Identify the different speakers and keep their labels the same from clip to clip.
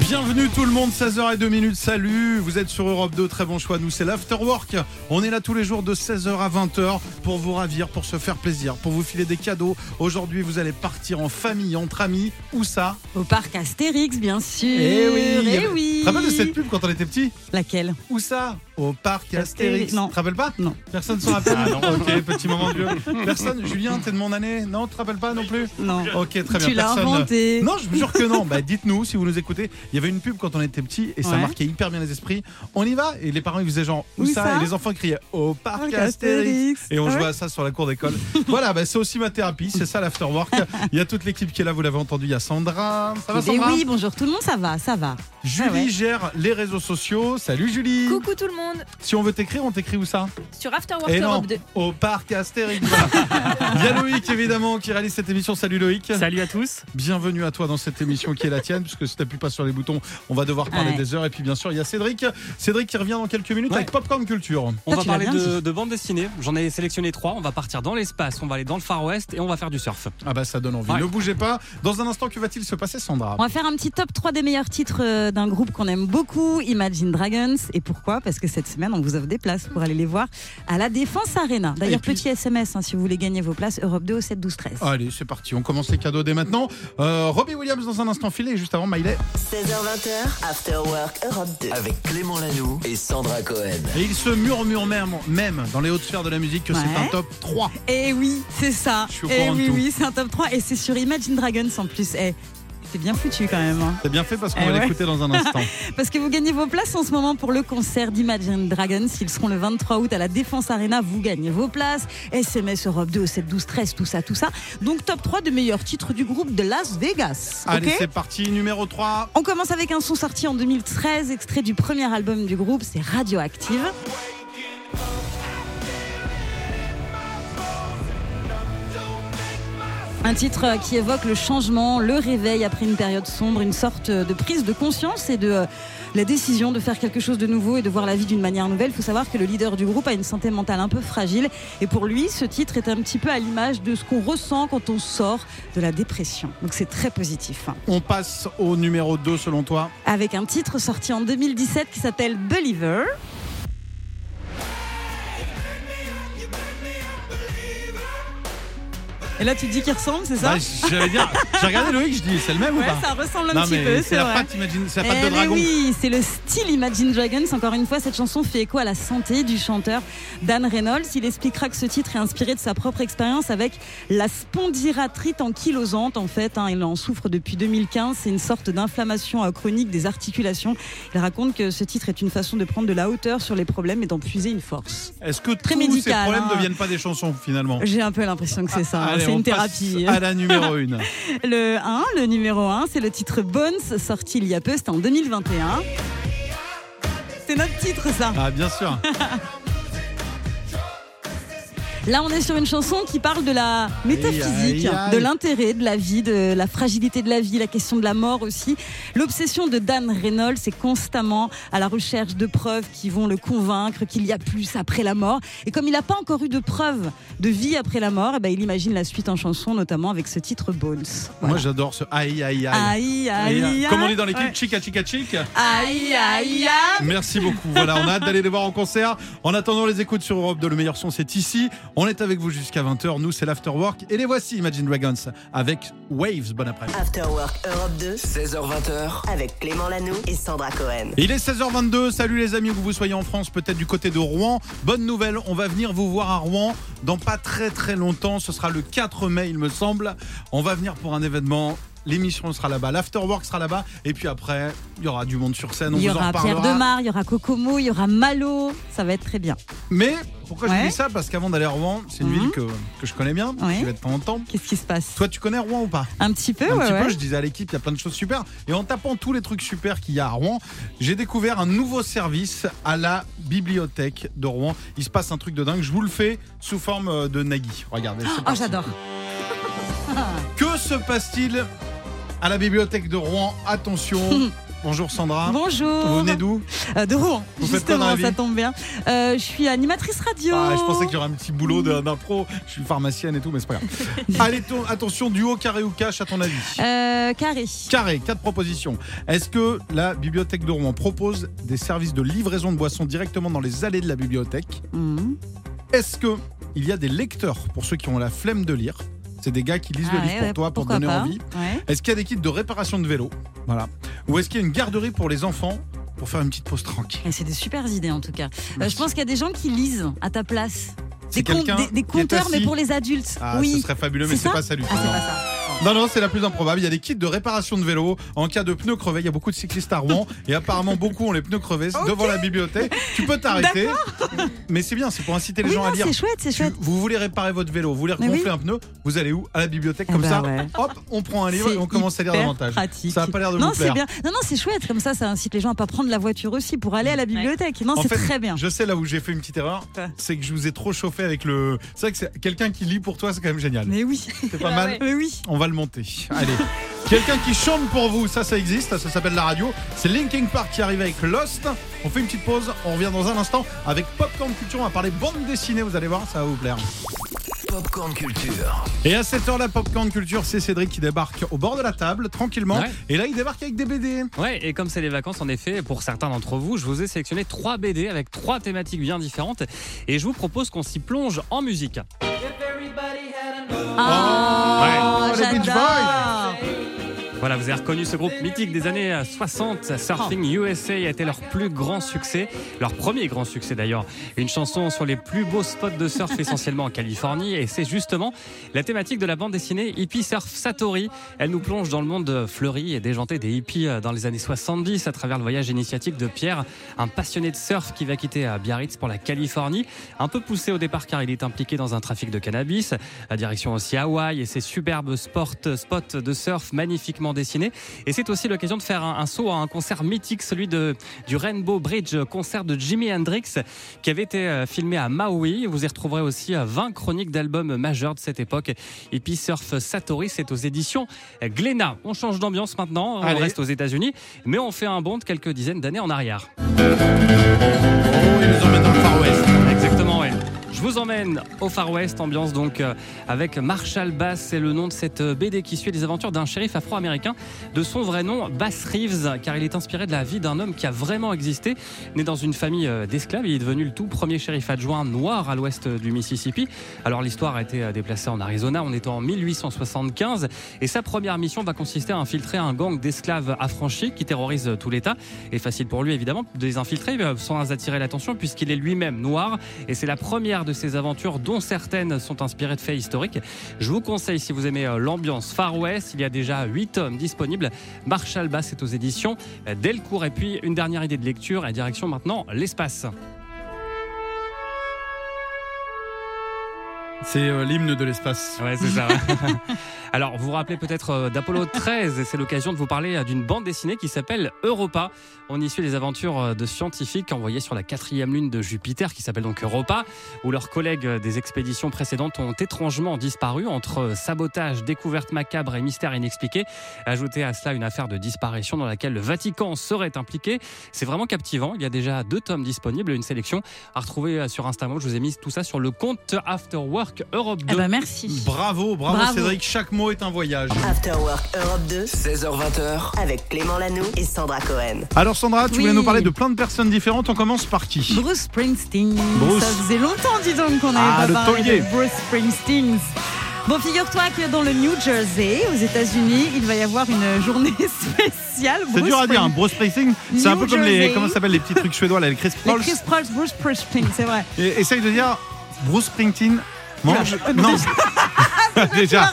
Speaker 1: Bienvenue tout le monde, 16h et 2 minutes, salut, vous êtes sur Europe 2, très bon choix, nous c'est l'Afterwork, on est là tous les jours de 16h à 20h pour vous ravir, pour se faire plaisir, pour vous filer des cadeaux, aujourd'hui vous allez partir en famille, entre amis, où ça
Speaker 2: Au parc Astérix, bien sûr.
Speaker 1: il y
Speaker 2: Eh
Speaker 1: avait- Tu
Speaker 2: oui.
Speaker 1: te rappelles de cette pub quand on était petit
Speaker 2: Laquelle
Speaker 1: Où ça Au parc Astérix,
Speaker 2: Astérix, Euh, non.
Speaker 1: tu te rappelles pas
Speaker 2: Non.
Speaker 1: Personne ne s'en rappelle ok, petit moment de vieux. Personne, Julien, t'es de mon année Non, tu te rappelles pas non plus
Speaker 2: Non.
Speaker 1: Ok, très bien.
Speaker 2: Tu l'as
Speaker 1: Personne-
Speaker 2: inventé.
Speaker 1: Non, je vous jure que non. Bah, dites-nous si vous nous écoutez. Il y avait une pub quand on était petit et ça
Speaker 2: Ouais.
Speaker 1: marquait hyper bien les esprits. On y va Et les parents ils faisaient genre où,
Speaker 2: Où
Speaker 1: ça,
Speaker 2: ça
Speaker 1: Et les enfants criaient au parc
Speaker 2: Parc
Speaker 1: Astérix.
Speaker 2: Astérix.
Speaker 1: Et on
Speaker 2: Ah
Speaker 1: jouait à ça sur la cour d'école. voilà, bah, c'est aussi ma thérapie. C'est ça l'afterwork. Il y a toute l'équipe qui est là. Vous l'avez entendu. Il y a Sandra. Ça va
Speaker 2: Eh
Speaker 1: Sandra
Speaker 2: oui, bonjour tout le monde, ça va, ça va.
Speaker 1: Julie
Speaker 2: Ah ouais.
Speaker 1: gère les réseaux sociaux. Salut Julie.
Speaker 3: Coucou tout le monde
Speaker 1: Si on veut t'écrire, on t'écrit où ça
Speaker 3: sur Afterwork
Speaker 1: Et non,
Speaker 3: Europe 2.
Speaker 1: au parc Astérix. Il y a Loïc évidemment qui réalise cette émission. Salut Loïc.
Speaker 4: Salut à tous.
Speaker 1: Bienvenue à toi dans cette émission qui est la tienne, puisque si t'appuies pas sur les boutons, on va devoir parler
Speaker 2: Ouais.
Speaker 1: des heures. Et puis bien sûr, il y a Cédric. Cédric qui revient dans quelques minutes
Speaker 4: Ouais.
Speaker 1: avec Popcorn Culture.
Speaker 4: On
Speaker 2: Toi,
Speaker 4: va
Speaker 2: tu l'as
Speaker 4: parler
Speaker 2: bien
Speaker 4: de, de bande dessinée. J'en ai sélectionné trois. On va partir dans l'espace, on va aller dans le Far West et on va faire du surf.
Speaker 1: Ah bah ça donne envie.
Speaker 4: Ouais.
Speaker 1: Ne bougez pas. Dans un instant, que va-t-il se passer, Sandra
Speaker 2: On va faire un petit top 3 des meilleurs titres euh, d'un groupe qu'on aime beaucoup, Imagine Dragons. Et pourquoi Parce que cette semaine, on vous offre des places pour aller les voir à la Défense Arena.
Speaker 1: Et
Speaker 2: D'ailleurs,
Speaker 1: puis-
Speaker 2: petit SMS hein, si vous voulez gagner vos places, Europe 2 au 7 12 13.
Speaker 1: Allez, c'est parti. On commence les cadeaux dès maintenant. Euh, Robbie Williams dans un instant filé, et juste avant Miley.
Speaker 5: 16h, 20h, After Work Europe 2.
Speaker 6: Avec Clément Lanoux et Sandra Cohen.
Speaker 1: Et il se murmure même, même dans les hautes sphères de la musique que c'est
Speaker 2: Ouais.
Speaker 1: un top 3.
Speaker 2: Et Eh oui, c'est ça.
Speaker 1: Je suis au
Speaker 2: Et
Speaker 1: courant de
Speaker 2: oui,
Speaker 1: tout.
Speaker 2: oui, c'est un top 3 et c'est sur Imagine Dragons en plus. Eh, c'est bien foutu quand même. hein.
Speaker 1: C'est bien fait parce qu'on
Speaker 2: Eh
Speaker 1: va
Speaker 2: ouais.
Speaker 1: l'écouter dans un instant.
Speaker 2: Parce que vous gagnez vos places en ce moment pour le concert d'Imagine Dragons. Ils seront le 23 août à la Défense Arena. Vous gagnez vos places. SMS Europe 2 au 7, 12, 13, tout ça, tout ça. Donc top 3 des meilleurs titres du groupe de Las Vegas.
Speaker 1: Allez,
Speaker 2: ok
Speaker 1: c'est parti. Numéro 3.
Speaker 2: on commence avec un son sorti en 2013, extrait du premier album du groupe, c'est Radioactive. Un titre euh, qui évoque le changement, le réveil après une période sombre, une sorte euh, de prise de conscience et de euh, la décision de faire quelque chose de nouveau et de voir la vie d'une manière nouvelle. Il faut savoir que le leader du groupe a une santé mentale un peu fragile et pour lui, ce titre est un petit peu à l'image de ce qu'on ressent quand on sort de la dépression. Donc c'est très positif
Speaker 1: On passe au numéro 2 selon toi.
Speaker 2: avec un titre sorti en 2017 qui s'appelle Believer. Et là, tu te dis qu'il ressemble, c'est ça
Speaker 1: Bah, J'allais dire, j'ai regardé Loïc, je dis, c'est le même ou
Speaker 2: Ouais,
Speaker 1: pas
Speaker 2: ça ressemble un
Speaker 1: Non,
Speaker 2: petit
Speaker 1: mais
Speaker 2: peu,
Speaker 1: c'est
Speaker 2: c'est
Speaker 1: la
Speaker 2: vrai.
Speaker 1: patte, imagine, c'est la patte
Speaker 2: Eh
Speaker 1: de
Speaker 2: mais
Speaker 1: dragon.
Speaker 2: oui, c'est le style Imagine Dragons. Encore une fois, cette chanson fait écho à la santé du chanteur Dan Reynolds. Il expliquera que ce titre est inspiré de sa propre expérience avec la spondyratrite ankylosante. En fait, hein, il en souffre depuis 2015. C'est une sorte d'inflammation euh, chronique des articulations. Il raconte que ce titre est une façon de prendre de la hauteur sur les problèmes et d'en puiser une force.
Speaker 1: Est-ce que
Speaker 2: Très
Speaker 1: tous ces
Speaker 2: médical,
Speaker 1: problèmes ne
Speaker 2: hein.
Speaker 1: deviennent pas des chansons finalement
Speaker 2: J'ai un peu l'impression que c'est ça. hein.
Speaker 1: Allez,
Speaker 2: c'est
Speaker 1: on
Speaker 2: une
Speaker 1: passe
Speaker 2: thérapie.
Speaker 1: À la numéro 1.
Speaker 2: Le 1, le numéro 1, c'est le titre Bones, sorti il y a peu, c'était en 2021. C'est notre titre ça.
Speaker 1: Ah, bien sûr.
Speaker 2: Là, on est sur une chanson qui parle de la métaphysique,
Speaker 1: Aïe, aïe, aïe.
Speaker 2: de l'intérêt de la vie, de la fragilité de la vie, la question de la mort aussi. L'obsession de Dan Reynolds est constamment à la recherche de preuves qui vont le convaincre qu'il y a plus après la mort. Et comme il n'a pas encore eu de preuves de vie après la mort, eh ben, il imagine la suite en chanson, notamment avec ce titre Bones.
Speaker 1: Moi, j'adore ce aïe, aïe, aïe.
Speaker 2: Aïe,
Speaker 1: Et,
Speaker 2: aïe,
Speaker 1: euh,
Speaker 2: aïe.
Speaker 1: Comme on est dans l'équipe,
Speaker 2: Ouais.
Speaker 1: chica, chica, chic.
Speaker 2: Aïe, aïe, aïe.
Speaker 1: Merci beaucoup. Voilà, on a hâte d'aller les voir en concert. En attendant, les écoutes sur Europe de Le Meilleur Son, c'est ici. On est avec vous jusqu'à 20h. Nous, c'est l'Afterwork. Et les voici, Imagine Dragons, avec Waves. Bon après-midi.
Speaker 5: After Work Europe 2
Speaker 6: 16h20h.
Speaker 5: avec Clément Lano et Sandra Cohen.
Speaker 1: Il est 16h22, salut les amis, que vous soyez en France, peut-être du côté de Rouen. Bonne nouvelle, on va venir vous voir à Rouen dans pas très très longtemps, ce sera le 4 mai il me semble. On va venir pour un événement, l'émission sera là-bas, l'afterwork sera là-bas, et puis après, il y aura du monde sur scène, on
Speaker 2: Il y
Speaker 1: vous en
Speaker 2: aura
Speaker 1: parlera.
Speaker 2: Pierre Demar, il y aura Kokomo, il y aura Malo. Ça va être très bien.
Speaker 1: Mais pourquoi je
Speaker 2: Ouais.
Speaker 1: dis ça Parce qu'avant d'aller à Rouen, c'est une
Speaker 2: Mhm.
Speaker 1: ville que, que je connais bien,
Speaker 2: Ouais.
Speaker 1: je vais être pendant longtemps.
Speaker 2: Qu'est-ce qui se passe
Speaker 1: Toi tu connais Rouen ou pas
Speaker 2: Un petit peu,
Speaker 1: un
Speaker 2: ouais,
Speaker 1: petit
Speaker 2: ouais.
Speaker 1: peu, je disais à l'équipe, il y a plein de choses super. Et en tapant tous les trucs super qu'il y a à Rouen, j'ai découvert un nouveau service à la bibliothèque de Rouen. Il se passe un truc de dingue. Je vous le fais sous forme euh, de Nagui. Regardez. c'est
Speaker 2: Oh,
Speaker 1: parti.
Speaker 2: j'adore.
Speaker 1: Que se passe-t-il à la bibliothèque de Rouen Attention. Bonjour Sandra.
Speaker 2: Bonjour.
Speaker 1: Vous venez d'où
Speaker 2: Euh, De Rouen,
Speaker 1: Vous faites quoi dans la
Speaker 2: justement, ça
Speaker 1: vie
Speaker 2: tombe bien. Euh, je suis animatrice radio.
Speaker 1: Ah, Je pensais qu'il y aurait un petit boulot d'un- d'un pro. Je suis pharmacienne et tout, mais c'est pas grave. Allez, ton- attention, duo carré ou cash, à ton avis
Speaker 2: Euh, carré.
Speaker 1: Carré, quatre propositions. Est-ce que la bibliothèque de Rouen propose des services de livraison de boissons directement dans les allées de la bibliothèque
Speaker 2: Mhm.
Speaker 1: Est-ce que il y a des lecteurs pour ceux qui ont la flemme de lire C'est des gars qui lisent le
Speaker 2: Ah
Speaker 1: livre
Speaker 2: ouais,
Speaker 1: pour toi,
Speaker 2: ouais,
Speaker 1: pour te
Speaker 2: pourquoi
Speaker 1: donner
Speaker 2: pas.
Speaker 1: envie.
Speaker 2: Ouais.
Speaker 1: Est-ce qu'il y a des kits de réparation de vélo Voilà. Ou est-ce qu'il y a une garderie pour les enfants pour faire une petite pause tranquille
Speaker 2: Et Eh, C'est des super idées en tout cas. Euh,
Speaker 1: Merci.
Speaker 2: je pense qu'il y a des gens qui lisent à ta place.
Speaker 1: C'est
Speaker 2: Des, com-
Speaker 1: quelqu'un
Speaker 2: des- des
Speaker 1: qui est
Speaker 2: compteurs, mais
Speaker 1: assis.
Speaker 2: pour les adultes.
Speaker 1: Ah, ce
Speaker 2: oui.
Speaker 1: serait fabuleux, mais
Speaker 2: C'est
Speaker 1: c'est
Speaker 2: ça
Speaker 1: pas salut.
Speaker 2: Ah, c'est
Speaker 1: Non.
Speaker 2: pas ça.
Speaker 1: Non, non, c'est la plus improbable. Il y a des kits de réparation de vélo en cas de pneus crevés. Il y a beaucoup de cyclistes à Rouen et apparemment beaucoup ont les pneus crevés devant la bibliothèque. Tu peux t'arrêter. Mais c'est bien, c'est pour inciter les
Speaker 2: Oui,
Speaker 1: gens à
Speaker 2: non,
Speaker 1: lire.
Speaker 2: c'est chouette, c'est
Speaker 1: Tu-
Speaker 2: chouette.
Speaker 1: vous voulez réparer votre vélo, vous voulez
Speaker 2: Mais
Speaker 1: regonfler
Speaker 2: oui.
Speaker 1: un pneu, vous allez où À la bibliothèque,
Speaker 2: Eh
Speaker 1: comme
Speaker 2: ben
Speaker 1: ça.
Speaker 2: ouais.
Speaker 1: Hop, on prend un livre et
Speaker 2: C'est
Speaker 1: on commence à lire
Speaker 2: hyper
Speaker 1: davantage.
Speaker 2: pratique.
Speaker 1: Ça a pas l'air de
Speaker 2: non,
Speaker 1: vous
Speaker 2: c'est
Speaker 1: plaire.
Speaker 2: bien. Non, non, c'est chouette. Comme ça, ça incite les gens à pas prendre la voiture aussi pour aller à la bibliothèque. Non,
Speaker 1: En
Speaker 2: c'est
Speaker 1: fait,
Speaker 2: très bien.
Speaker 1: Je sais là où j'ai fait une petite erreur,
Speaker 2: Ouais.
Speaker 1: c'est que je vous ai trop chauffé avec le. C'est vrai que c'est- quelqu'un qui lit pour toi, c'est quand même génial.
Speaker 2: Mais bah oui.
Speaker 1: C'est pas mal.
Speaker 2: Mais oui.
Speaker 1: On va le monter. Allez. Quelqu'un qui chante pour vous, ça, ça existe, ça s'appelle la radio. C'est Linkin Park qui arrive avec Lost. On fait une petite pause, on revient dans un instant avec Popcorn Culture. On va parler bande dessinée, vous allez voir, ça va vous plaire.
Speaker 6: Popcorn Culture.
Speaker 1: Et à cette heure, la Popcorn Culture, c'est Cédric qui débarque au bord de la table, tranquillement.
Speaker 4: Ouais.
Speaker 1: Et là, il débarque avec des BD.
Speaker 4: Ouais, et comme c'est les vacances, en effet, pour certains d'entre vous, je vous ai sélectionné trois BD avec trois thématiques bien différentes et je vous propose qu'on s'y plonge en musique.
Speaker 2: Ah,
Speaker 1: les Beach
Speaker 2: j'adore.
Speaker 4: Voilà, vous avez reconnu ce groupe mythique des années euh, 60. Surfing USA a été leur plus grand succès, leur premier grand succès d'ailleurs. Une chanson sur les plus beaux spots de surf essentiellement en Californie et c'est justement la thématique de la bande dessinée Hippie Surf Satori. Elle nous plonge dans le monde euh, fleuri et déjanté des hippies euh, dans les années 70 à travers le voyage initiatique de Pierre, un passionné de surf qui va quitter euh, Biarritz pour la Californie. Un peu poussé au départ car il est impliqué dans un trafic de cannabis. La direction aussi Hawaï et ses superbes sports, spots de surf magnifiquement dessinés. Et c'est aussi l'occasion de faire un, un saut à un concert mythique, celui de, du Rainbow Bridge, concert de Jimi Hendrix, qui avait été euh, filmé à Maui. Vous y retrouverez aussi euh, 20 chroniques d'albums majeurs de cette époque. Et puis Surf Satori, c'est aux éditions Glénat. On change d'ambiance maintenant, on
Speaker 1: Allez.
Speaker 4: reste aux États-Unis, mais on fait un bond de quelques dizaines d'années en arrière.
Speaker 1: Il nous emmène dans le Far West.
Speaker 4: Exactement, ouais. Je vous emmène au Far West, ambiance donc euh, avec Marshall Bass, c'est le nom de cette euh, BD qui suit les aventures d'un shérif afro-américain de son vrai nom Bass Reeves, car il est inspiré de la vie d'un homme qui a vraiment existé. Né dans une famille euh, d'esclaves, il est devenu le tout premier shérif adjoint noir à l'ouest euh, du Mississippi. Alors l'histoire a été euh, déplacée en Arizona, on est en 1875, et sa première mission va consister à infiltrer un gang d'esclaves affranchis qui terrorise euh, tout l'État. Et facile pour lui évidemment de les infiltrer euh, sans attirer l'attention puisqu'il est lui-même noir et c'est la première de ces aventures dont certaines sont inspirées de faits historiques. Je vous conseille si vous aimez euh, l'ambiance Far West, il y a déjà 8 tomes disponibles. Marshall Bass est aux éditions euh, Delcourt et puis une dernière idée de lecture et direction maintenant l'espace.
Speaker 1: C'est euh, l'hymne de l'espace.
Speaker 4: Ouais, c'est ça. Alors, vous vous rappelez peut-être euh, d'Apollo 13 et c'est l'occasion de vous parler euh, d'une bande dessinée qui s'appelle Europa. On y suit les aventures euh, de scientifiques envoyés sur la quatrième lune de Jupiter qui s'appelle donc Europa, où leurs collègues euh, des expéditions précédentes ont étrangement disparu entre euh, sabotage, découverte macabre et mystère inexpliqué. Ajoutez à cela une affaire de disparition dans laquelle le Vatican serait impliqué. C'est vraiment captivant. Il y a déjà deux tomes disponibles, une sélection à retrouver euh, sur Instagram. Je vous ai mis tout ça sur le compte After Work Europe 2.
Speaker 2: Eh ben, merci.
Speaker 1: Bravo, bravo,
Speaker 2: Bravo.
Speaker 1: Cédric, chaque mot est un voyage.
Speaker 5: After Work Europe 2
Speaker 6: 16h20h.
Speaker 5: avec Clément Lano et Sandra Cohen.
Speaker 1: Alors Sandra, tu voulais
Speaker 2: Oui.
Speaker 1: nous parler de plein de personnes différentes, on commence par qui
Speaker 2: Bruce Springsteen.
Speaker 1: Bruce.
Speaker 2: Ça faisait longtemps, dis donc, qu'on n'avait
Speaker 1: Ah,
Speaker 2: pas
Speaker 1: le
Speaker 2: parlé
Speaker 1: taulier.
Speaker 2: de Bruce Springsteen. Bon, figure-toi que dans le New Jersey, aux États-Unis, il va y avoir une journée spéciale.
Speaker 1: C'est
Speaker 2: Bruce
Speaker 1: dur à dire, hein,
Speaker 2: Springsteen.
Speaker 1: Bruce Springsteen, c'est un
Speaker 2: New
Speaker 1: peu comme les,
Speaker 2: Jersey.
Speaker 1: comment ça s'appelle, les petits trucs suédois, là, les Chris
Speaker 2: Les
Speaker 1: Paul.
Speaker 2: Chris Paul, Bruce Springsteen, c'est vrai.
Speaker 1: Et Essaye de dire Bruce Springsteen mange. Non, déjà.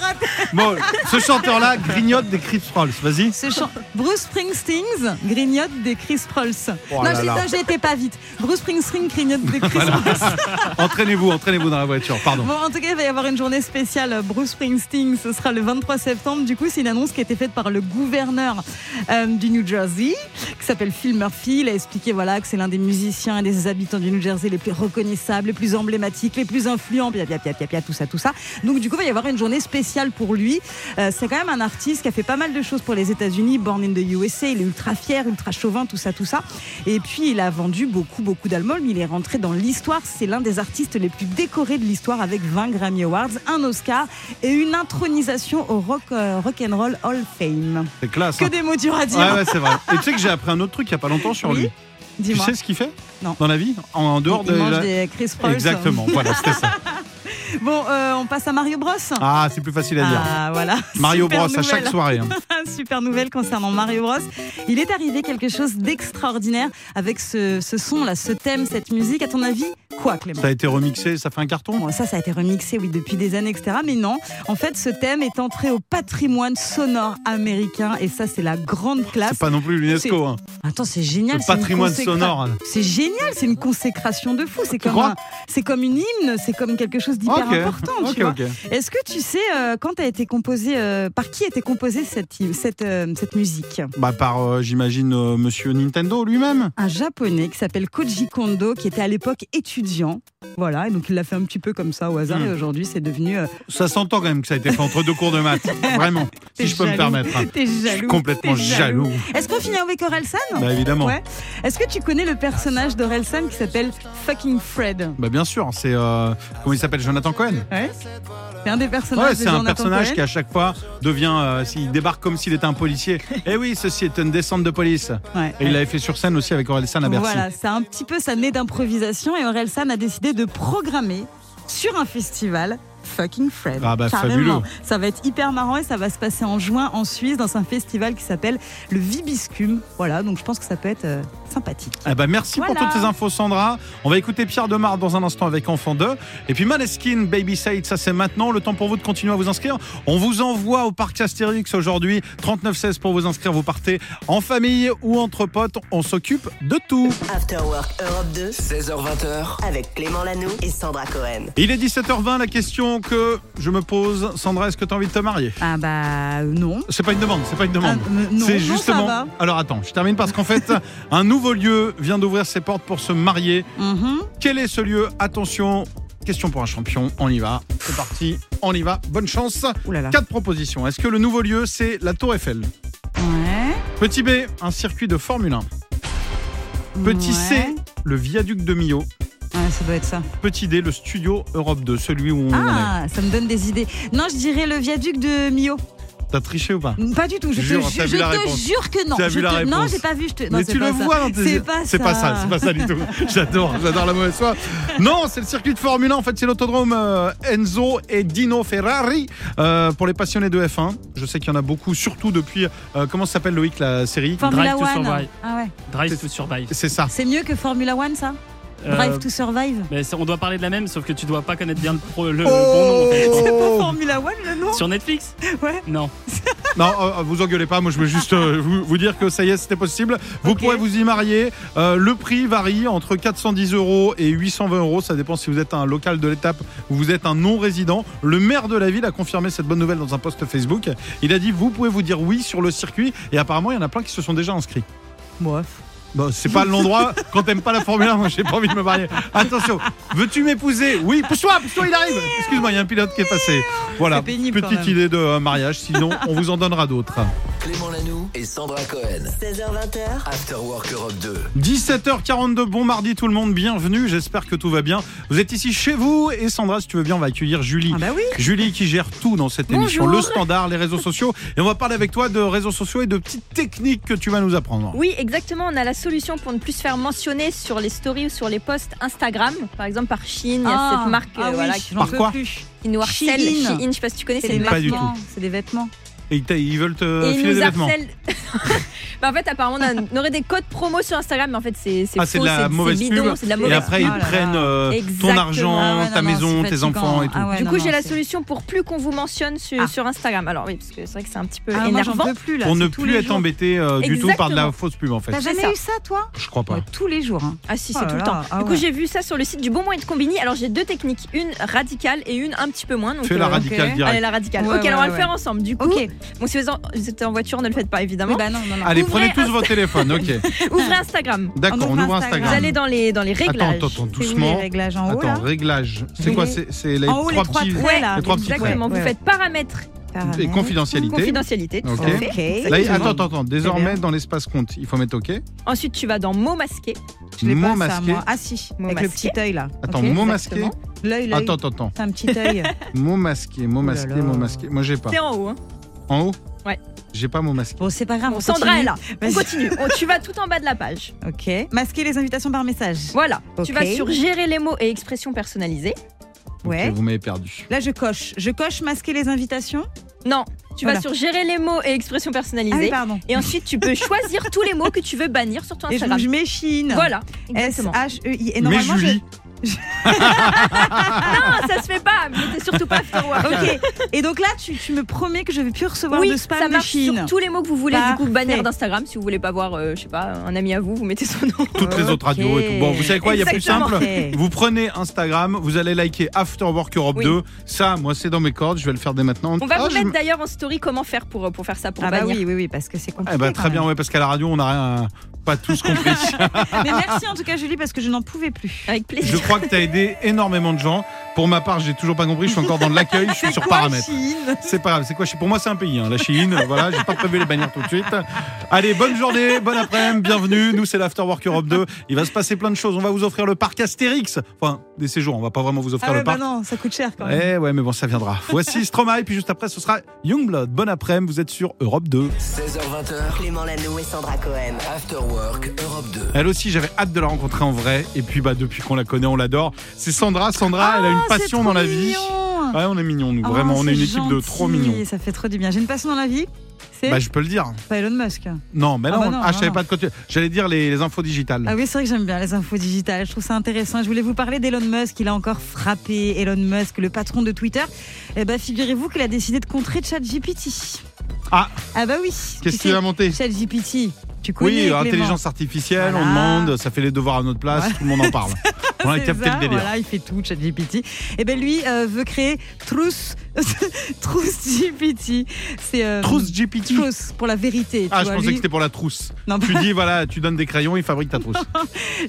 Speaker 1: Bon, ce chanteur-là grignote des Chris Paul. Vas-y.
Speaker 2: Ce chan- Bruce Springsteen grignote des Chris Prolls.
Speaker 1: Oh
Speaker 2: non,
Speaker 1: là
Speaker 2: j'ai-
Speaker 1: là.
Speaker 2: non, j'ai été pas vite. Bruce Springsteen grignote des Chris Prolls.
Speaker 1: Entraînez-vous, entraînez-vous dans la voiture, pardon.
Speaker 2: Bon, en tout cas, il va y avoir une journée spéciale euh, Bruce Springsteen. Ce sera le 23 septembre. Du coup, c'est une annonce qui a été faite par le gouverneur euh, du New Jersey, qui s'appelle Phil Murphy. Il a expliqué voilà, que c'est l'un des musiciens et des habitants du New Jersey les plus reconnaissables, les plus emblématiques, les plus influents, bia, bia, bia, bia, bia, tout ça, tout ça. Donc, du coup, il va y avoir une journée spéciale pour lui. lui. Euh, c'est quand même un artiste qui a fait pas mal de choses pour les États-Unis, Born in the USA. Il est ultra fier, ultra chauvin, tout ça, tout ça. Et puis, il a vendu beaucoup, beaucoup d'albums. Il est rentré dans l'histoire. C'est l'un des artistes les plus décorés de l'histoire avec 20 Grammy Awards, un Oscar et une intronisation au Rock euh, Rock'n'Roll Hall of Fame.
Speaker 1: C'est classe.
Speaker 2: Que
Speaker 1: hein.
Speaker 2: des mots durs à dire.
Speaker 1: Ouais, ouais, c'est vrai. Et tu sais que j'ai appris un autre truc il n'y a pas longtemps sur
Speaker 2: Oui,
Speaker 1: lui. Tu
Speaker 2: Dis-moi.
Speaker 1: sais ce qu'il fait
Speaker 2: Non.
Speaker 1: Dans la vie En, en dehors
Speaker 2: Il
Speaker 1: de.
Speaker 2: mange
Speaker 1: la-
Speaker 2: des Chris Paul.
Speaker 1: Exactement, voilà, c'était ça.
Speaker 2: Bon, euh, on passe à Mario Bros.
Speaker 1: Ah, c'est plus facile à dire.
Speaker 2: Ah, voilà.
Speaker 1: Mario
Speaker 2: Super
Speaker 1: Bros à
Speaker 2: nouvelle.
Speaker 1: chaque soirée. hein.
Speaker 2: Super nouvelle concernant Mario Bros. Il est arrivé quelque chose d'extraordinaire avec ce, ce son là, ce thème, cette musique. À ton avis, quoi, Clément
Speaker 1: Ça a été remixé, ça fait un carton. hein.
Speaker 2: Bon, ça, ça a été remixé, oui, depuis des années, etc. Mais non, en fait, ce thème est entré au patrimoine sonore américain et ça, c'est la grande classe.
Speaker 1: C'est pas non plus l'UNESCO. hein.
Speaker 2: Attends, c'est génial.
Speaker 1: Le
Speaker 2: c'est une
Speaker 1: patrimoine
Speaker 2: consécra-
Speaker 1: sonore.
Speaker 2: C'est génial, c'est une consécration de fou. C'est comme,
Speaker 1: crois
Speaker 2: un- c'est comme une hymne, c'est comme quelque chose d'hyper
Speaker 1: Ok,
Speaker 2: important.
Speaker 1: ok,
Speaker 2: tu vois.
Speaker 1: ok.
Speaker 2: Est-ce que tu sais euh, quand a été composée, euh, par qui a été composée cette, cette, euh, cette musique
Speaker 1: Bah, par, euh, j'imagine, euh, monsieur Nintendo lui-même.
Speaker 2: Un japonais qui s'appelle Koji Kondo, qui était à l'époque étudiant. Voilà, et donc il l'a fait un petit peu comme ça au hasard,
Speaker 1: Hmm.
Speaker 2: et aujourd'hui c'est devenu. euh,
Speaker 1: Ça s'entend quand même que ça a été fait entre deux cours de maths. Vraiment, si
Speaker 2: T'es
Speaker 1: je peux me
Speaker 2: jaloux.
Speaker 1: permettre. hein.
Speaker 2: T'es
Speaker 1: Je suis
Speaker 2: jaloux.
Speaker 1: complètement
Speaker 2: t'es jaloux.
Speaker 1: jaloux.
Speaker 2: Est-ce qu'on finit avec Orelsan
Speaker 1: Bah, évidemment.
Speaker 2: Ouais. Est-ce que tu connais le personnage d'Orelsan qui s'appelle Fucking Fred
Speaker 1: Bah, bien sûr, c'est. euh, comment il s'appelle Jonathan Cohen
Speaker 2: Ouais. C'est un des personnages.
Speaker 1: Ouais,
Speaker 2: de
Speaker 1: c'est un
Speaker 2: Jonathan
Speaker 1: personnage
Speaker 2: Cohen.
Speaker 1: qui à chaque fois devient, euh, s'il débarque comme s'il était un policier. Eh oui, ceci est une descente de police.
Speaker 2: Ouais.
Speaker 1: Et il l'avait fait sur scène aussi avec Orelsan à Bercy.
Speaker 2: Voilà, c'est un petit peu ça naît d'improvisation et Orelsan a décidé de programmer sur un festival Fucking Fred.
Speaker 1: Ah bah,
Speaker 2: Carrément.
Speaker 1: fabuleux.
Speaker 2: Ça va être hyper marrant et ça va se passer en juin en Suisse dans un festival qui s'appelle le Vibiscum. Voilà, donc je pense que ça peut être euh, sympathique.
Speaker 1: Eh ben, merci pour
Speaker 2: Voilà.
Speaker 1: toutes tes infos, Sandra. On va écouter Pierre Demar dans un instant avec Enfant 2. Et puis Maneskin, Baby Said, ça c'est maintenant. Le temps pour vous de continuer à vous inscrire. On vous envoie au parc Astérix aujourd'hui. 3916 pour vous inscrire. Vous partez en famille ou entre potes. On s'occupe de tout.
Speaker 5: After Work Europe 2
Speaker 6: 16h20h,
Speaker 5: avec Clément Lanou et Sandra Cohen.
Speaker 1: Il est 17h20. La question que je me pose, Sandra, est-ce que tu as envie de te marier
Speaker 2: Ah bah non.
Speaker 1: C'est pas une demande, c'est pas une demande.
Speaker 2: Ah, euh, non,
Speaker 1: c'est
Speaker 2: non,
Speaker 1: justement.
Speaker 2: ça va.
Speaker 1: Alors attends, je termine parce qu'en fait, un nouveau lieu vient d'ouvrir ses portes pour se marier.
Speaker 2: Mhm.
Speaker 1: Quel est ce lieu Attention, question pour un champion, on y va. C'est parti, on y va. Bonne chance.
Speaker 2: Ouh là là.
Speaker 1: Quatre propositions. Est-ce que le nouveau lieu, c'est la Tour Eiffel
Speaker 2: Ouais.
Speaker 1: Petit B, un circuit de Formule 1. Petit
Speaker 2: Ouais.
Speaker 1: C, le viaduc de Millau.
Speaker 2: Ouais, ça doit être ça.
Speaker 1: Petit D, le studio Europe 2, celui où on en
Speaker 2: Ah, ça me donne des idées. Non, je dirais le viaduc de Mio.
Speaker 1: est. T'as triché ou pas
Speaker 2: Pas du tout. Je
Speaker 1: Jure,
Speaker 2: te,
Speaker 1: t'as
Speaker 2: ju-
Speaker 1: vu
Speaker 2: je
Speaker 1: la
Speaker 2: te
Speaker 1: réponse.
Speaker 2: jure que non.
Speaker 1: T'as
Speaker 2: Je
Speaker 1: vu la
Speaker 2: te- Non,
Speaker 1: réponse.
Speaker 2: j'ai pas vu. Je te... non,
Speaker 1: Mais
Speaker 2: c'est
Speaker 1: tu
Speaker 2: pas
Speaker 1: le
Speaker 2: ça.
Speaker 1: vois dans tes
Speaker 2: C'est
Speaker 1: yeux.
Speaker 2: pas ça.
Speaker 1: C'est pas ça, c'est pas ça du tout. J'adore, j'adore la mauvaise foi. Non, c'est le circuit de Formule 1. En fait, c'est l'autodrome euh, Enzo et Dino Ferrari euh, pour les passionnés de F1. Je sais qu'il y en a beaucoup, surtout depuis. euh, comment ça s'appelle Loïc la série
Speaker 2: Formula
Speaker 7: Drive to
Speaker 2: One.
Speaker 7: Survive.
Speaker 2: Ah ouais.
Speaker 7: Drive to Survive.
Speaker 1: C'est ça.
Speaker 2: C'est mieux que Formula One, ça
Speaker 7: Euh,
Speaker 2: Drive to Survive
Speaker 7: mais ça- on doit parler de la même, sauf que tu dois pas connaître bien le, pro- le bon nom. en fait.
Speaker 1: Oh
Speaker 2: Formula One, le nom
Speaker 7: Sur Netflix
Speaker 2: Ouais.
Speaker 7: Non.
Speaker 1: non, euh, vous engueulez pas. Moi, je veux juste euh, vous, vous dire que ça y est, c'était possible. Vous
Speaker 2: Ok.
Speaker 1: pourrez vous y marier. Euh, le prix varie entre 410 euros et 820 euros. Ça dépend si vous êtes un local de l'étape ou vous êtes un non-résident. Le maire de la ville a confirmé cette bonne nouvelle dans un post Facebook. Il a dit vous pouvez vous dire oui sur le circuit. Et apparemment, il y en a plein qui se sont déjà inscrits.
Speaker 2: Bref.
Speaker 1: Bon, c'est pas l'endroit. Quand t'aimes pas la Formule 1, moi, j'ai pas envie de me marier. Attention, veux-tu m'épouser Oui, pousse-toi, pousse-toi, il arrive. Excuse-moi, il y a un pilote qui est passé. Voilà,
Speaker 2: C'est pénible, quand
Speaker 1: petite
Speaker 2: même.
Speaker 1: idée de euh, mariage. Sinon, on vous en donnera d'autres.
Speaker 6: Clément Lanoux et Sandra Cohen.
Speaker 5: 16h20h,
Speaker 6: After Work Europe 2.
Speaker 1: 17h42, bon mardi tout le monde, bienvenue, j'espère que tout va bien. Vous êtes ici chez vous et Sandra, si tu veux bien, on va accueillir Julie.
Speaker 2: Ah bah oui.
Speaker 1: Julie qui gère tout dans cette émission,
Speaker 3: Bonjour.
Speaker 1: le standard, les réseaux sociaux. Et on va parler avec toi de réseaux sociaux et de petites techniques que tu vas nous apprendre.
Speaker 3: Oui, exactement. On a la solution pour ne plus se faire mentionner sur les stories ou sur les posts Instagram. Par exemple, par Shein, il y a cette marque euh, voilà, qui,
Speaker 1: Par quoi
Speaker 2: plus.
Speaker 3: qui nous harcèle.
Speaker 2: Ah. Shein.
Speaker 3: Shein, je sais pas si tu connais,
Speaker 2: C'est
Speaker 3: c'est
Speaker 2: des
Speaker 3: une marque.
Speaker 1: Pas du tout.
Speaker 2: vêtements. C'est des vêtements.
Speaker 1: Et ils t'a- ils veulent te
Speaker 3: Et
Speaker 1: filer
Speaker 3: ils
Speaker 1: Euh, des
Speaker 3: nous
Speaker 1: vêtements.
Speaker 3: harcèlent. Bah, en fait, apparemment, on, a- on aurait des codes promo sur Instagram, mais en fait, c'est c'est
Speaker 1: Ah,
Speaker 3: faux,
Speaker 1: c'est de la mauvaise
Speaker 3: bidon,
Speaker 1: pub.
Speaker 3: c'est de la
Speaker 1: Et
Speaker 3: mauvaise
Speaker 1: après, ils
Speaker 2: Oh là là.
Speaker 1: prennent euh, ton
Speaker 3: Exactement.
Speaker 1: argent,
Speaker 2: Ah ouais, non,
Speaker 1: ta
Speaker 2: non,
Speaker 1: maison,
Speaker 2: c'est
Speaker 1: tes
Speaker 2: fatigant.
Speaker 1: enfants et tout.
Speaker 2: Ah ouais,
Speaker 3: Du
Speaker 2: non,
Speaker 3: coup,
Speaker 2: non,
Speaker 3: j'ai la
Speaker 2: c'est-
Speaker 3: solution pour plus qu'on vous mentionne sur,
Speaker 2: Ah.
Speaker 3: sur Instagram. Alors oui, parce que c'est vrai que c'est un petit peu
Speaker 2: Ah, moi, j'en
Speaker 3: énervant.
Speaker 2: peux plus là.
Speaker 1: Pour
Speaker 2: c'est
Speaker 1: ne
Speaker 2: tous
Speaker 1: plus
Speaker 2: les Bah,
Speaker 1: être
Speaker 2: jours.
Speaker 1: embêté euh, du tout par de la
Speaker 3: Exactement.
Speaker 1: fausse pub en fait.
Speaker 2: T'as jamais
Speaker 3: ça.
Speaker 2: eu ça, toi
Speaker 1: Je crois pas.
Speaker 2: Moi, Tous les jours. hein.
Speaker 3: Ah si,
Speaker 2: Oh
Speaker 3: c'est
Speaker 2: là
Speaker 3: tout le
Speaker 2: là,
Speaker 3: temps.
Speaker 2: ah
Speaker 3: du coup,
Speaker 2: ouais.
Speaker 3: j'ai vu ça sur le site du Bon Moyen de Combini. Alors j'ai deux techniques, une radicale et une un petit peu moins. Donc,
Speaker 1: Fais la
Speaker 3: euh,
Speaker 1: radicale
Speaker 2: ok.
Speaker 3: Allez,
Speaker 1: direct.
Speaker 3: la radicale.
Speaker 2: Ouais,
Speaker 3: ok, alors on
Speaker 2: ouais,
Speaker 3: va le
Speaker 2: ouais.
Speaker 3: faire ensemble. Du coup,
Speaker 2: Ok.
Speaker 3: bon, si vous en- vous êtes en voiture, ne le faites pas évidemment.
Speaker 2: Oui, bah non, non, non.
Speaker 1: Allez,
Speaker 3: Ouvrez
Speaker 1: prenez tous
Speaker 3: Insta-
Speaker 1: votre téléphone, ok.
Speaker 3: Ouvrez Instagram.
Speaker 1: D'accord, on
Speaker 2: ouvre
Speaker 1: ouvre
Speaker 2: Instagram.
Speaker 3: Vous
Speaker 1: Instagram.
Speaker 3: allez dans les, dans les réglages.
Speaker 1: Attends, attends,
Speaker 2: Tous
Speaker 1: doucement.
Speaker 2: les réglages en haut
Speaker 1: Attends,
Speaker 2: là.
Speaker 1: réglages. C'est
Speaker 2: Oui.
Speaker 1: quoi C'est c'est les
Speaker 2: En haut, les
Speaker 1: trois
Speaker 2: trois
Speaker 1: petits.
Speaker 2: traits,
Speaker 3: Ouais,
Speaker 2: là.
Speaker 1: les trois petits
Speaker 3: Exactement.
Speaker 2: Ouais,
Speaker 3: vous
Speaker 2: ouais.
Speaker 3: faites paramètres
Speaker 1: Et confidentialité.
Speaker 3: Ah, Confidentialité, tout
Speaker 1: Ok.
Speaker 3: à fait.
Speaker 1: Là,
Speaker 3: Exactement. Eh
Speaker 1: attends, attends, attends. Désormais,
Speaker 2: bien.
Speaker 1: dans l'espace compte, il faut mettre OK.
Speaker 3: Ensuite, tu vas dans mots masqués.
Speaker 2: Je l'ai
Speaker 1: Mot
Speaker 2: pas, ça,
Speaker 1: masqué.
Speaker 2: moi. Ah si,
Speaker 3: Mot
Speaker 2: avec le
Speaker 3: masqué.
Speaker 2: petit œil là.
Speaker 1: Attends,
Speaker 2: Ok,
Speaker 1: mot masqué.
Speaker 2: exactement. L'œil, l'œil.
Speaker 1: Attends, attends, attends.
Speaker 2: C'est un petit œil.
Speaker 1: Mot masqué, mot
Speaker 2: Ouh là
Speaker 1: masqué,
Speaker 2: là.
Speaker 1: mot masqué. Moi, j'ai pas.
Speaker 3: Oh C'est en haut. hein.
Speaker 1: En haut
Speaker 3: Ouais.
Speaker 1: J'ai pas mot masqué.
Speaker 8: Bon, c'est pas grave.
Speaker 3: Bon,
Speaker 8: on
Speaker 3: Sandra
Speaker 8: continue.
Speaker 3: est là. On
Speaker 8: Vas-y.
Speaker 3: continue. On- tu vas tout en bas de la page.
Speaker 2: ok. Masquer les invitations par message.
Speaker 3: Voilà.
Speaker 2: Ok.
Speaker 3: Tu vas sur gérer les mots et expressions personnalisées.
Speaker 2: Ouais.
Speaker 1: Ok, vous m'avez perdu.
Speaker 2: Là, je coche. Je coche masquer les invitations.
Speaker 3: Non. Tu
Speaker 2: Voilà.
Speaker 3: vas sur gérer les mots et expressions
Speaker 2: Ah oui,
Speaker 3: personnalisées.
Speaker 2: pardon.
Speaker 3: et ensuite, tu peux choisir tous les mots que tu veux bannir sur ton
Speaker 2: Et je, donc,
Speaker 3: Instagram.
Speaker 2: je m'échine.
Speaker 3: Voilà.
Speaker 2: S
Speaker 3: Exactement.
Speaker 2: H E I. Et
Speaker 1: Mais
Speaker 2: normalement, je-
Speaker 1: Julie,
Speaker 3: Ah, ça se fait pas. Mais t'es surtout pas forward.
Speaker 2: Ok. Et donc là, tu, tu me promets que je vais plus recevoir
Speaker 3: Oui,
Speaker 2: de spam
Speaker 3: ça
Speaker 2: de
Speaker 3: marche
Speaker 2: Chine.
Speaker 3: sur tous les mots que vous voulez du coup bannir
Speaker 2: Parfait.
Speaker 3: d'Instagram. Si vous voulez pas voir, euh, je sais pas, un ami à vous, vous mettez son nom.
Speaker 1: toutes les autres radios et tout. Bon, vous savez quoi Il y a plus
Speaker 3: Exactement.
Speaker 1: simple.
Speaker 2: Parfait.
Speaker 1: Vous prenez Instagram, vous allez liker After Work Europe
Speaker 3: Oui.
Speaker 1: 2. Ça, moi, c'est dans mes cordes. Je vais le faire dès maintenant.
Speaker 3: On va
Speaker 1: Ah,
Speaker 3: vous
Speaker 1: je
Speaker 3: mettre
Speaker 1: m-
Speaker 3: d'ailleurs en story comment faire pour, euh, pour faire ça, pour
Speaker 2: Oh, Ah bah
Speaker 3: bannir.
Speaker 2: oui, oui, oui, parce que c'est compliqué.
Speaker 1: Eh ben,
Speaker 2: quand
Speaker 1: très
Speaker 3: hein.
Speaker 1: bien,
Speaker 2: même.
Speaker 1: ouais, parce qu'à la radio, on n'a rien, pas tous compris.
Speaker 2: Mais merci en tout cas, Julie, parce que je n'en pouvais plus.
Speaker 3: Avec
Speaker 1: je
Speaker 3: plaisir.
Speaker 1: crois que tu as aidé énormément de gens. Pour ma part, j'ai toujours pas compris. Je suis encore dans de l'accueil. Je suis sur paramètres.
Speaker 2: Chine
Speaker 1: C'est pas grave, c'est quoi Pour moi, c'est un pays, hein. la Chine. voilà, j'ai pas prévu les bannières tout de suite. Allez, bonne journée, bon après-midi, bienvenue. Nous, c'est l'Afterwork Europe 2. Il va se passer plein de choses. On va vous offrir le parc Astérix. Enfin, des séjours, on va pas vraiment vous offrir
Speaker 2: Ah ouais,
Speaker 1: le
Speaker 2: bah
Speaker 1: parc.
Speaker 2: non, ça coûte cher quand même.
Speaker 1: Eh ouais, mais bon, ça viendra. Voici Stromae, puis juste après, ce sera Youngblood. Bon après-midi, vous êtes sur Europe 2.
Speaker 6: 16h20h,
Speaker 5: Clément Lano et Sandra Cohen.
Speaker 6: After Work Europe 2.
Speaker 1: Elle aussi, j'avais hâte de la rencontrer en vrai. Et puis, bah, depuis qu'on la connaît, on l'adore. C'est Sandra. Sandra, ah, elle a une
Speaker 2: Oh, Ah, c'est
Speaker 1: passion
Speaker 2: trop
Speaker 1: dans la vie.
Speaker 2: mignon.
Speaker 1: Ouais, on est mignons, nous. Vraiment,
Speaker 2: Oh,
Speaker 1: on est une
Speaker 2: c'est
Speaker 1: équipe de
Speaker 2: gentil,
Speaker 1: trop mignons.
Speaker 2: Ça fait trop du bien. J'ai une passion dans la vie. C'est
Speaker 1: Bah, je peux le dire.
Speaker 2: pas Elon Musk.
Speaker 1: Non, mais
Speaker 2: Ah
Speaker 1: non,
Speaker 2: bah non,
Speaker 1: ah, je
Speaker 2: non,
Speaker 1: savais
Speaker 2: non.
Speaker 1: pas de quoi tu- J'allais dire les, les infos digitales.
Speaker 2: Ah oui, c'est vrai que j'aime bien les infos digitales. Je trouve ça intéressant. Je voulais vous parler d'Elon Musk. Il a encore frappé Elon Musk, le patron de Twitter. Eh ben, figurez-vous qu'il a décidé de contrer ChatGPT.
Speaker 1: Ah.
Speaker 2: Ah bah oui.
Speaker 1: Qu'est-ce
Speaker 2: Tu
Speaker 1: qu'il
Speaker 2: sais,
Speaker 1: a monté
Speaker 2: ChatGPT. Tu connais
Speaker 1: Oui,
Speaker 2: Clément.
Speaker 1: intelligence artificielle, on
Speaker 2: Voilà.
Speaker 1: demande, ça fait les devoirs à notre place, tout le monde en parle. on a
Speaker 2: C'est
Speaker 1: capté
Speaker 2: ça,
Speaker 1: le délire.
Speaker 2: Voilà, il fait tout, ChatGPT. Et ben lui euh, veut créer Truth, Truth GPT. C'est euh,
Speaker 1: Trousse GPT.
Speaker 2: Truth, pour la vérité. tu
Speaker 1: Ah, je
Speaker 2: vois.
Speaker 1: pensais que
Speaker 2: Lui-
Speaker 1: c'était pour la trousse.
Speaker 2: Non,
Speaker 1: Tu dis, voilà, tu donnes des crayons, il fabrique ta trousse.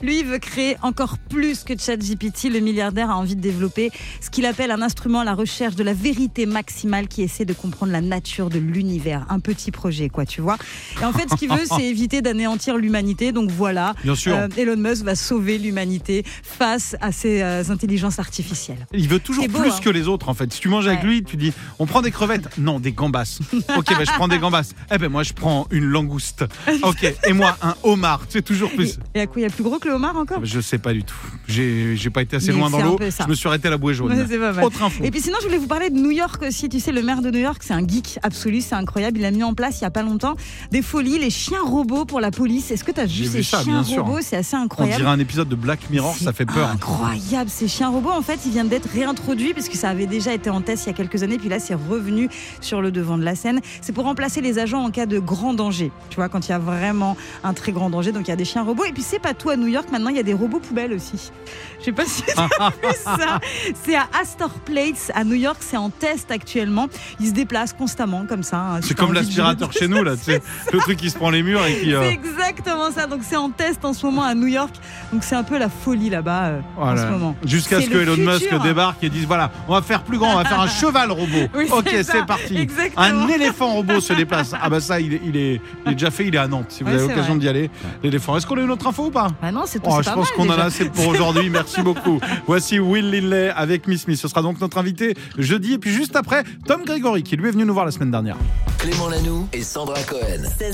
Speaker 2: Lui il veut créer encore plus que ChatGPT. Le milliardaire a envie de développer ce qu'il appelle un instrument à la recherche de la vérité maximale qui essaie de comprendre la nature de l'univers. Un petit projet, quoi, tu vois. Et en fait, ce qu'il veut, c'est éviter d'anéantir l'humanité. Donc voilà,
Speaker 1: Bien sûr.
Speaker 2: euh, Elon Musk va sauver l'humanité face à ces euh, intelligences artificielles.
Speaker 1: Il veut toujours
Speaker 2: c'est beau,
Speaker 1: plus
Speaker 2: hein.
Speaker 1: que les autres, en fait. Si tu manges avec
Speaker 2: Ouais.
Speaker 1: lui, tu dis, on prend des crevettes. Non, des gambas. Ok, ben je prends des gambas. Eh ben moi, je prends une langouste. Ok, et moi, un homard. C'est toujours
Speaker 2: Et,
Speaker 1: plus.
Speaker 2: et à quoi il y a plus gros que le homard encore
Speaker 1: Je sais pas du tout. J'ai j'ai pas été assez
Speaker 2: Mais
Speaker 1: loin dans
Speaker 2: c'est un
Speaker 1: l'eau.
Speaker 2: peu ça.
Speaker 1: Je me suis arrêté à la bouée jaune.
Speaker 2: Ouais, c'est pas mal.
Speaker 1: Autre info.
Speaker 2: Et puis sinon, je voulais vous parler de New York aussi. Tu sais, le maire de New York, c'est un geek absolu, c'est incroyable. Il a mis en place il y a pas longtemps des folies, les chiens robots pour la police. Est-ce que tu as
Speaker 1: J'ai
Speaker 2: vu ces
Speaker 1: vu ça,
Speaker 2: chiens
Speaker 1: bien sûr.
Speaker 2: robots C'est assez
Speaker 1: On
Speaker 2: incroyable. Ah,
Speaker 1: dirait un épisode de Black Mirror,
Speaker 2: C'est
Speaker 1: ça fait peur.
Speaker 2: Incroyable, ces chiens robots, en fait, ils viennent d'être réintroduits parce que ça avait déjà été en test il y a quelques années, puis là, c'est revenu sur le devant de la scène. C'est pour remplacer les agents en cas de grand danger. Tu vois, quand il y a vraiment un très grand danger, donc il y a des chiens robots. Et puis, c'est pas tout à New York, maintenant, il y a des robots poubelles aussi. Je sais pas si t'as vu ça. C'est à Astor Place, à New York, c'est en test actuellement. Ils se déplacent constamment comme ça. hein. Si
Speaker 1: C'est
Speaker 2: t'as
Speaker 1: comme
Speaker 2: envie de-
Speaker 1: l'aspirateur chez nous, là, tu sais. Le truc qui se prend les murs et qui. euh,
Speaker 2: C'est exactement ça. Donc c'est en test en ce moment à New York. Donc c'est un peu la folie là-bas euh, en
Speaker 1: voilà.
Speaker 2: ce moment.
Speaker 1: Jusqu'à
Speaker 2: C'est
Speaker 1: ce que
Speaker 2: le
Speaker 1: Elon Musk
Speaker 2: futur.
Speaker 1: débarque et dise voilà, on va faire plus grand, on va faire un cheval robot.
Speaker 2: Oui,
Speaker 1: ok,
Speaker 2: c'est ça.
Speaker 1: c'est parti.
Speaker 2: Exactement.
Speaker 1: Un éléphant robot se déplace. Ah bah ça, il est, il est, il est déjà fait, il est à Nantes. Si vous
Speaker 2: Ouais,
Speaker 1: avez
Speaker 2: c'est
Speaker 1: l'occasion
Speaker 2: vrai.
Speaker 1: d'y aller, l'éléphant. Est-ce qu'on a une autre info ou pas
Speaker 2: Ah non, c'est tout.
Speaker 1: Oh,
Speaker 2: c'est
Speaker 1: je
Speaker 2: pas
Speaker 1: pense
Speaker 2: mal,
Speaker 1: qu'on en
Speaker 2: déjà.
Speaker 1: a assez pour aujourd'hui. Merci beaucoup. Voici Will Linley avec Miss Miss. Ce sera donc notre invité jeudi. Et puis juste après, Tom Gregory qui lui est venu nous voir la semaine dernière.
Speaker 6: Clément Lanoux et Sandra Cohen.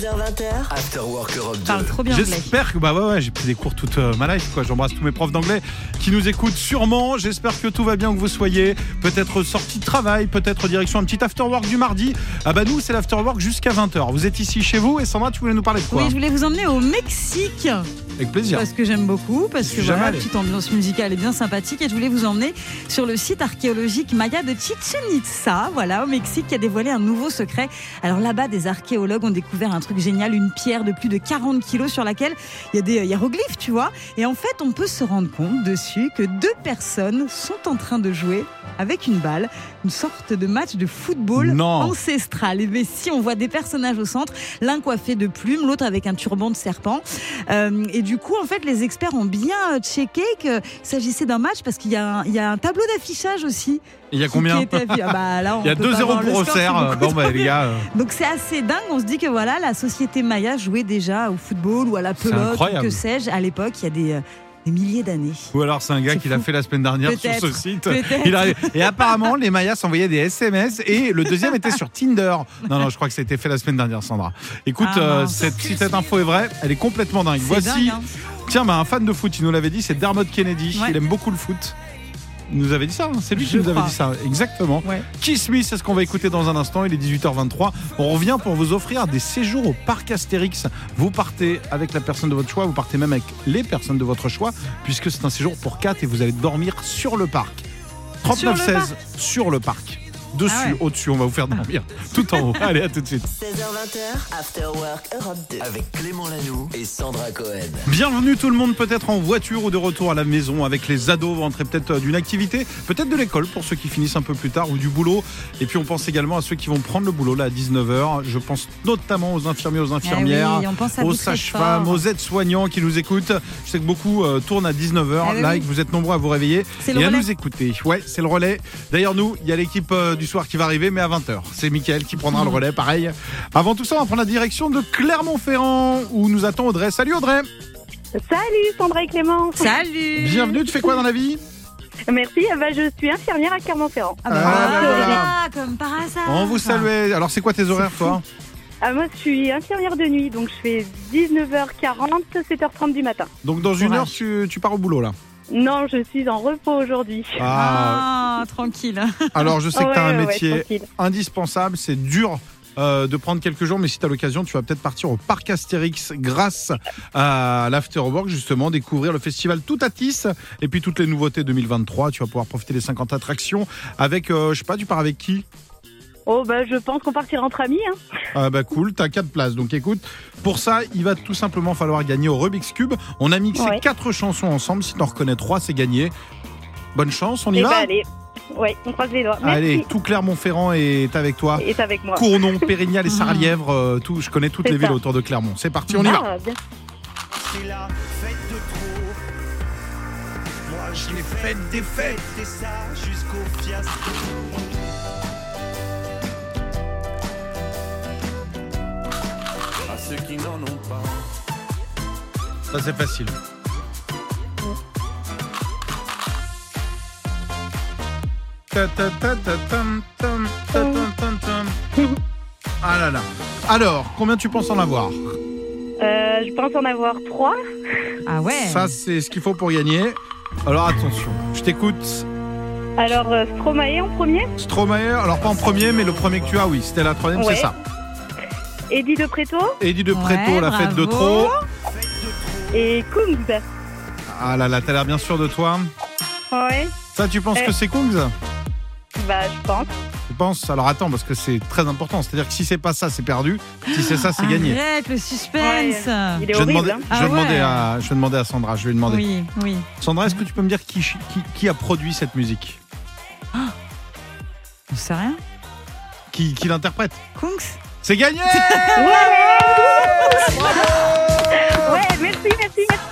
Speaker 5: 16h20h,
Speaker 6: After Work Europe 2.
Speaker 2: Parle trop bien anglais.
Speaker 1: J'espère que bah ouais, ouais, j'ai pris des cours toute euh, ma life quoi. J'embrasse tous mes profs d'anglais qui nous écoutent sûrement. J'espère que tout va bien que vous soyez peut-être sorti de travail, peut-être direction un petit afterwork du mardi. Ah bah nous c'est l'afterwork jusqu'à 20h. Vous êtes ici chez vous et Sandra tu voulais nous parler de quoi
Speaker 2: Oui, Bah, je voulais vous emmener au Mexique
Speaker 1: Avec plaisir.
Speaker 2: parce que j'aime beaucoup,
Speaker 1: Je
Speaker 2: parce
Speaker 1: suis
Speaker 2: que
Speaker 1: jamais
Speaker 2: voilà,
Speaker 1: allé.
Speaker 2: petite ambiance musicale est bien sympathique et je voulais vous emmener sur le site archéologique Maya de Chichen Itza, voilà, au Mexique, qui a dévoilé un nouveau secret. Alors là-bas, des archéologues ont découvert un truc génial, une pierre de plus de 40 kilos sur laquelle il y a des euh, hiéroglyphes, tu vois. Et en fait, on peut se rendre compte dessus que deux personnes sont en train de jouer avec une balle, une sorte de match de football
Speaker 1: Non.
Speaker 2: ancestral. Et bien, si on voit des personnages au centre, l'un coiffé de plumes, l'autre avec un turban de serpent. Euh, et du du coup, en fait, les experts ont bien checké qu'il s'agissait d'un match parce qu'il y, a un- il y a un tableau d'affichage aussi.
Speaker 1: Il y a
Speaker 2: qui-
Speaker 1: combien
Speaker 2: qui était à vue. Ah bah, là, on
Speaker 1: Il y a
Speaker 2: peut pas
Speaker 1: 2-0
Speaker 2: voir le
Speaker 1: pour
Speaker 2: score, c'est
Speaker 1: Auxerre.
Speaker 2: beaucoup
Speaker 1: Bon, bah, les gars, euh,
Speaker 2: donc c'est assez dingue, on se dit que voilà, la société Maya jouait déjà au football ou à la
Speaker 1: C'est
Speaker 2: pelote, ou
Speaker 1: incroyable.
Speaker 2: que sais-je, à l'époque, il y a des, euh, des milliers d'années.
Speaker 1: ou alors c'est un gars
Speaker 2: C'est
Speaker 1: qui l'a
Speaker 2: fou.
Speaker 1: fait la semaine dernière sur ce
Speaker 2: Peut-être,
Speaker 1: site.
Speaker 2: peut-être.
Speaker 1: Il arrive- Et apparemment, les Mayas s'envoyaient des SMS et le deuxième était sur Tinder. Non, non, je crois que ça a été fait la semaine dernière, Sandra. Écoute,
Speaker 2: Ah,
Speaker 1: euh,
Speaker 2: mince.
Speaker 1: cette, si cette info est vraie, elle est complètement dingue.
Speaker 2: C'est
Speaker 1: Voici,
Speaker 2: dingue, hein.
Speaker 1: tiens, bah, un fan de foot, il nous l'avait dit, c'est Dermot Kennedy.
Speaker 2: Ouais.
Speaker 1: Il aime beaucoup le foot. Il nous avait dit ça, hein. c'est lui qui
Speaker 2: Je
Speaker 1: nous avait
Speaker 2: crois.
Speaker 1: dit ça, exactement.
Speaker 2: Ouais.
Speaker 1: Kiss Me, c'est ce qu'on va écouter dans un instant. Il est 18h23. On revient pour vous offrir des séjours au parc Astérix. Vous partez avec la personne de votre choix, vous partez même avec les personnes de votre choix, puisque c'est un séjour pour 4 et vous allez dormir sur le parc. 3916 sur le parc. Dessus,
Speaker 2: Ah ouais.
Speaker 1: au-dessus, on va vous faire dormir. Tout en haut. Allez, à tout de suite.
Speaker 5: 16h20h, After Work Europe 2.
Speaker 6: Avec Clément Lanoux et Sandra Cohen.
Speaker 1: Bienvenue tout le monde, peut-être en voiture ou de retour à la maison avec les ados. Vous rentrez peut-être euh, d'une activité, peut-être de l'école pour ceux qui finissent un peu plus tard ou du boulot. Et puis on pense également à ceux qui vont prendre le boulot là à 19h. Je pense notamment aux infirmiers, aux infirmières.
Speaker 2: Eh oui, on pense à
Speaker 1: aux
Speaker 2: vous très
Speaker 1: sages-femmes,
Speaker 2: fort.
Speaker 1: aux aides-soignants qui nous écoutent. Je sais que beaucoup euh, tournent à 19h,
Speaker 2: Ah oui,
Speaker 1: là,
Speaker 2: oui.
Speaker 1: et que vous êtes nombreux à vous réveiller
Speaker 2: C'est
Speaker 1: et
Speaker 2: le
Speaker 1: à
Speaker 2: relais.
Speaker 1: nous écouter. Ouais, c'est le relais. D'ailleurs, nous, il y a l'équipe euh, du soir qui va arriver, mais à 20h. C'est Mickaël qui prendra
Speaker 2: Mm.
Speaker 1: le relais, pareil. Avant tout ça, on va prendre la direction de Clermont-Ferrand, où nous attend Audrey. Salut Audrey
Speaker 9: Salut Sandra et Clément.
Speaker 2: Salut
Speaker 1: Bienvenue, tu fais quoi dans la vie
Speaker 9: Merci. euh, bah, je suis infirmière à Clermont-Ferrand.
Speaker 2: Ah, bah,
Speaker 1: Ah,
Speaker 2: voilà,
Speaker 1: bah, voilà.
Speaker 2: comme par hasard
Speaker 1: On vous salue. Alors, c'est quoi tes horaires, toi
Speaker 9: Ah, moi, je suis infirmière de nuit, donc je fais 19h40, 7h30 du matin.
Speaker 1: Donc, dans une
Speaker 2: Courage.
Speaker 1: heure, tu, tu pars au boulot, là.
Speaker 9: Non, je suis en repos aujourd'hui.
Speaker 1: Ah,
Speaker 2: Ah, tranquille.
Speaker 1: alors, je sais
Speaker 9: Ah
Speaker 1: que tu as
Speaker 9: ouais,
Speaker 1: un
Speaker 9: ouais,
Speaker 1: métier
Speaker 9: ouais, tranquille.
Speaker 1: indispensable. C'est dur euh, de prendre quelques jours, mais si tu as l'occasion, tu vas peut-être partir au parc Astérix grâce à l'Afterwork, justement, découvrir le festival tout à Tis et puis toutes les nouveautés 2023. Tu vas pouvoir profiter des 50 attractions avec, euh, je sais pas, tu pars avec qui
Speaker 9: Oh, bah, je pense qu'on partira entre amis. Hein.
Speaker 1: Ah bah cool, t'as 4 places. Donc écoute, pour ça, il va tout simplement falloir gagner au Rubik's Cube. On a mixé
Speaker 9: Ouais.
Speaker 1: quatre chansons ensemble. Si t'en reconnais trois, c'est gagné. Bonne chance, on y
Speaker 9: Eh
Speaker 1: va
Speaker 9: bah, allez. Ouais, on croise les doigts.
Speaker 1: Allez,
Speaker 9: Merci.
Speaker 1: tout Clermont-Ferrand est avec toi.
Speaker 9: Et t'es avec moi.
Speaker 1: Cournon, Pérignal et Sarlièvre, euh, tout, je connais toutes
Speaker 9: C'est
Speaker 1: les villes
Speaker 9: ça.
Speaker 1: autour de Clermont. C'est parti, on y va.
Speaker 9: Ah, bien.
Speaker 7: C'est la fête de trop. Moi je l'ai faite des fêtes et ça jusqu'au fiasco. À ceux qui n'en ont pas.
Speaker 1: Ça c'est facile. Ta, ta, ta, ta, tam, tam, ta, tam, tam, tam. Ah là là. Alors, combien tu penses en avoir
Speaker 9: Euh, je pense en avoir trois.
Speaker 2: Ah ouais
Speaker 1: Ça, c'est ce qu'il faut pour gagner. Alors attention, je t'écoute.
Speaker 9: Alors, euh, Stromae en premier,
Speaker 1: Stromae, alors pas en premier, mais le premier que tu as, oui, c'était la troisième,
Speaker 9: Ouais.
Speaker 1: c'est ça.
Speaker 9: Eddie de Preto
Speaker 1: Eddie de Préto,
Speaker 2: Ouais,
Speaker 1: la fête de
Speaker 2: bravo.
Speaker 1: trop.
Speaker 9: et Kungs.
Speaker 1: Ah là là, t'as l'air bien sûr de toi.
Speaker 9: Ouais,
Speaker 1: Ça, tu penses
Speaker 2: Eh.
Speaker 9: Euh.
Speaker 1: que c'est Kungs
Speaker 9: bah, je pense.
Speaker 1: Je pense. Alors attends, parce que c'est très important. C'est-à-dire que si c'est pas ça, c'est perdu. Si c'est ça, c'est gagné.
Speaker 2: Arrête le suspense
Speaker 9: Il
Speaker 1: Je
Speaker 9: est
Speaker 1: vais,
Speaker 9: horrible.
Speaker 1: demander,
Speaker 9: hein.
Speaker 1: je,
Speaker 2: Ah
Speaker 1: vais demander
Speaker 2: ouais.
Speaker 1: à, je vais demander à Sandra. Je vais lui demander.
Speaker 2: Oui, oui.
Speaker 1: Sandra, est-ce que tu peux me dire qui, chi- qui, qui a produit cette musique
Speaker 2: Je sais rien.
Speaker 1: Qui, qui l'interprète
Speaker 2: Kungs
Speaker 1: C'est gagné
Speaker 9: Ouais, merci, merci, merci.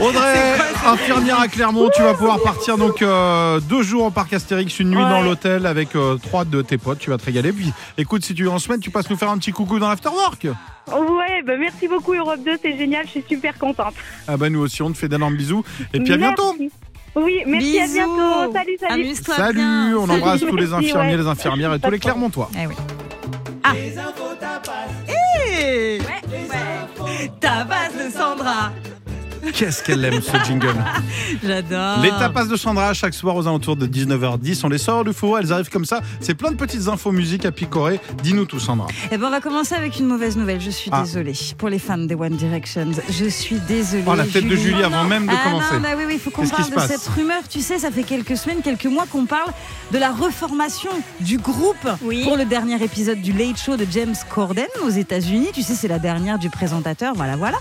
Speaker 1: Audrey, infirmière à Clermont, tu vas pouvoir partir donc euh, deux jours au parc Astérix, une nuit
Speaker 9: Ouais.
Speaker 1: dans l'hôtel avec euh, trois de tes potes. Tu vas te régaler. Puis écoute, si tu es en semaine, tu passes nous faire un petit coucou dans l'afterwork.
Speaker 9: Ouais, bah merci beaucoup Europe 2, c'est génial, je suis super contente.
Speaker 1: Ah bah nous aussi, on te fait d'énormes bisous. Et puis à bientôt.
Speaker 9: Merci. Oui, merci, à
Speaker 2: Bisous.
Speaker 9: bientôt. Salut, salut.
Speaker 2: Amuse-toi
Speaker 1: Salut,
Speaker 2: bien.
Speaker 1: on embrasse tous les
Speaker 9: Merci,
Speaker 1: infirmiers,
Speaker 9: ouais.
Speaker 1: les infirmières et tous les Clermontois.
Speaker 2: Eh oui. Ah. Eh Ta base de Sandra.
Speaker 1: Qu'est-ce qu'elle aime ce jingle
Speaker 2: J'adore.
Speaker 1: Les tapas de Sandra, chaque soir aux alentours de 19h10, on les sort du four, elles arrivent comme ça. C'est plein de petites infos musique à picorer. Dis-nous tout, Sandra.
Speaker 2: Eh ben, on va commencer avec une mauvaise nouvelle. Je suis
Speaker 1: Ah.
Speaker 2: désolée pour les fans des One Direction. Je suis désolée.
Speaker 1: Oh, la tête de Julie avant même de
Speaker 2: ah
Speaker 1: commencer.
Speaker 2: non, bah oui, oui, il faut qu'on
Speaker 1: Qu'est-ce qui
Speaker 2: parle
Speaker 1: se
Speaker 2: de
Speaker 1: passe
Speaker 2: cette rumeur. Tu sais, ça fait quelques semaines, quelques mois qu'on parle de la reformation du groupe
Speaker 3: Oui.
Speaker 2: pour le dernier épisode du Late Show de James Corden aux États-Unis. Tu sais, c'est la dernière du présentateur. Voilà, voilà.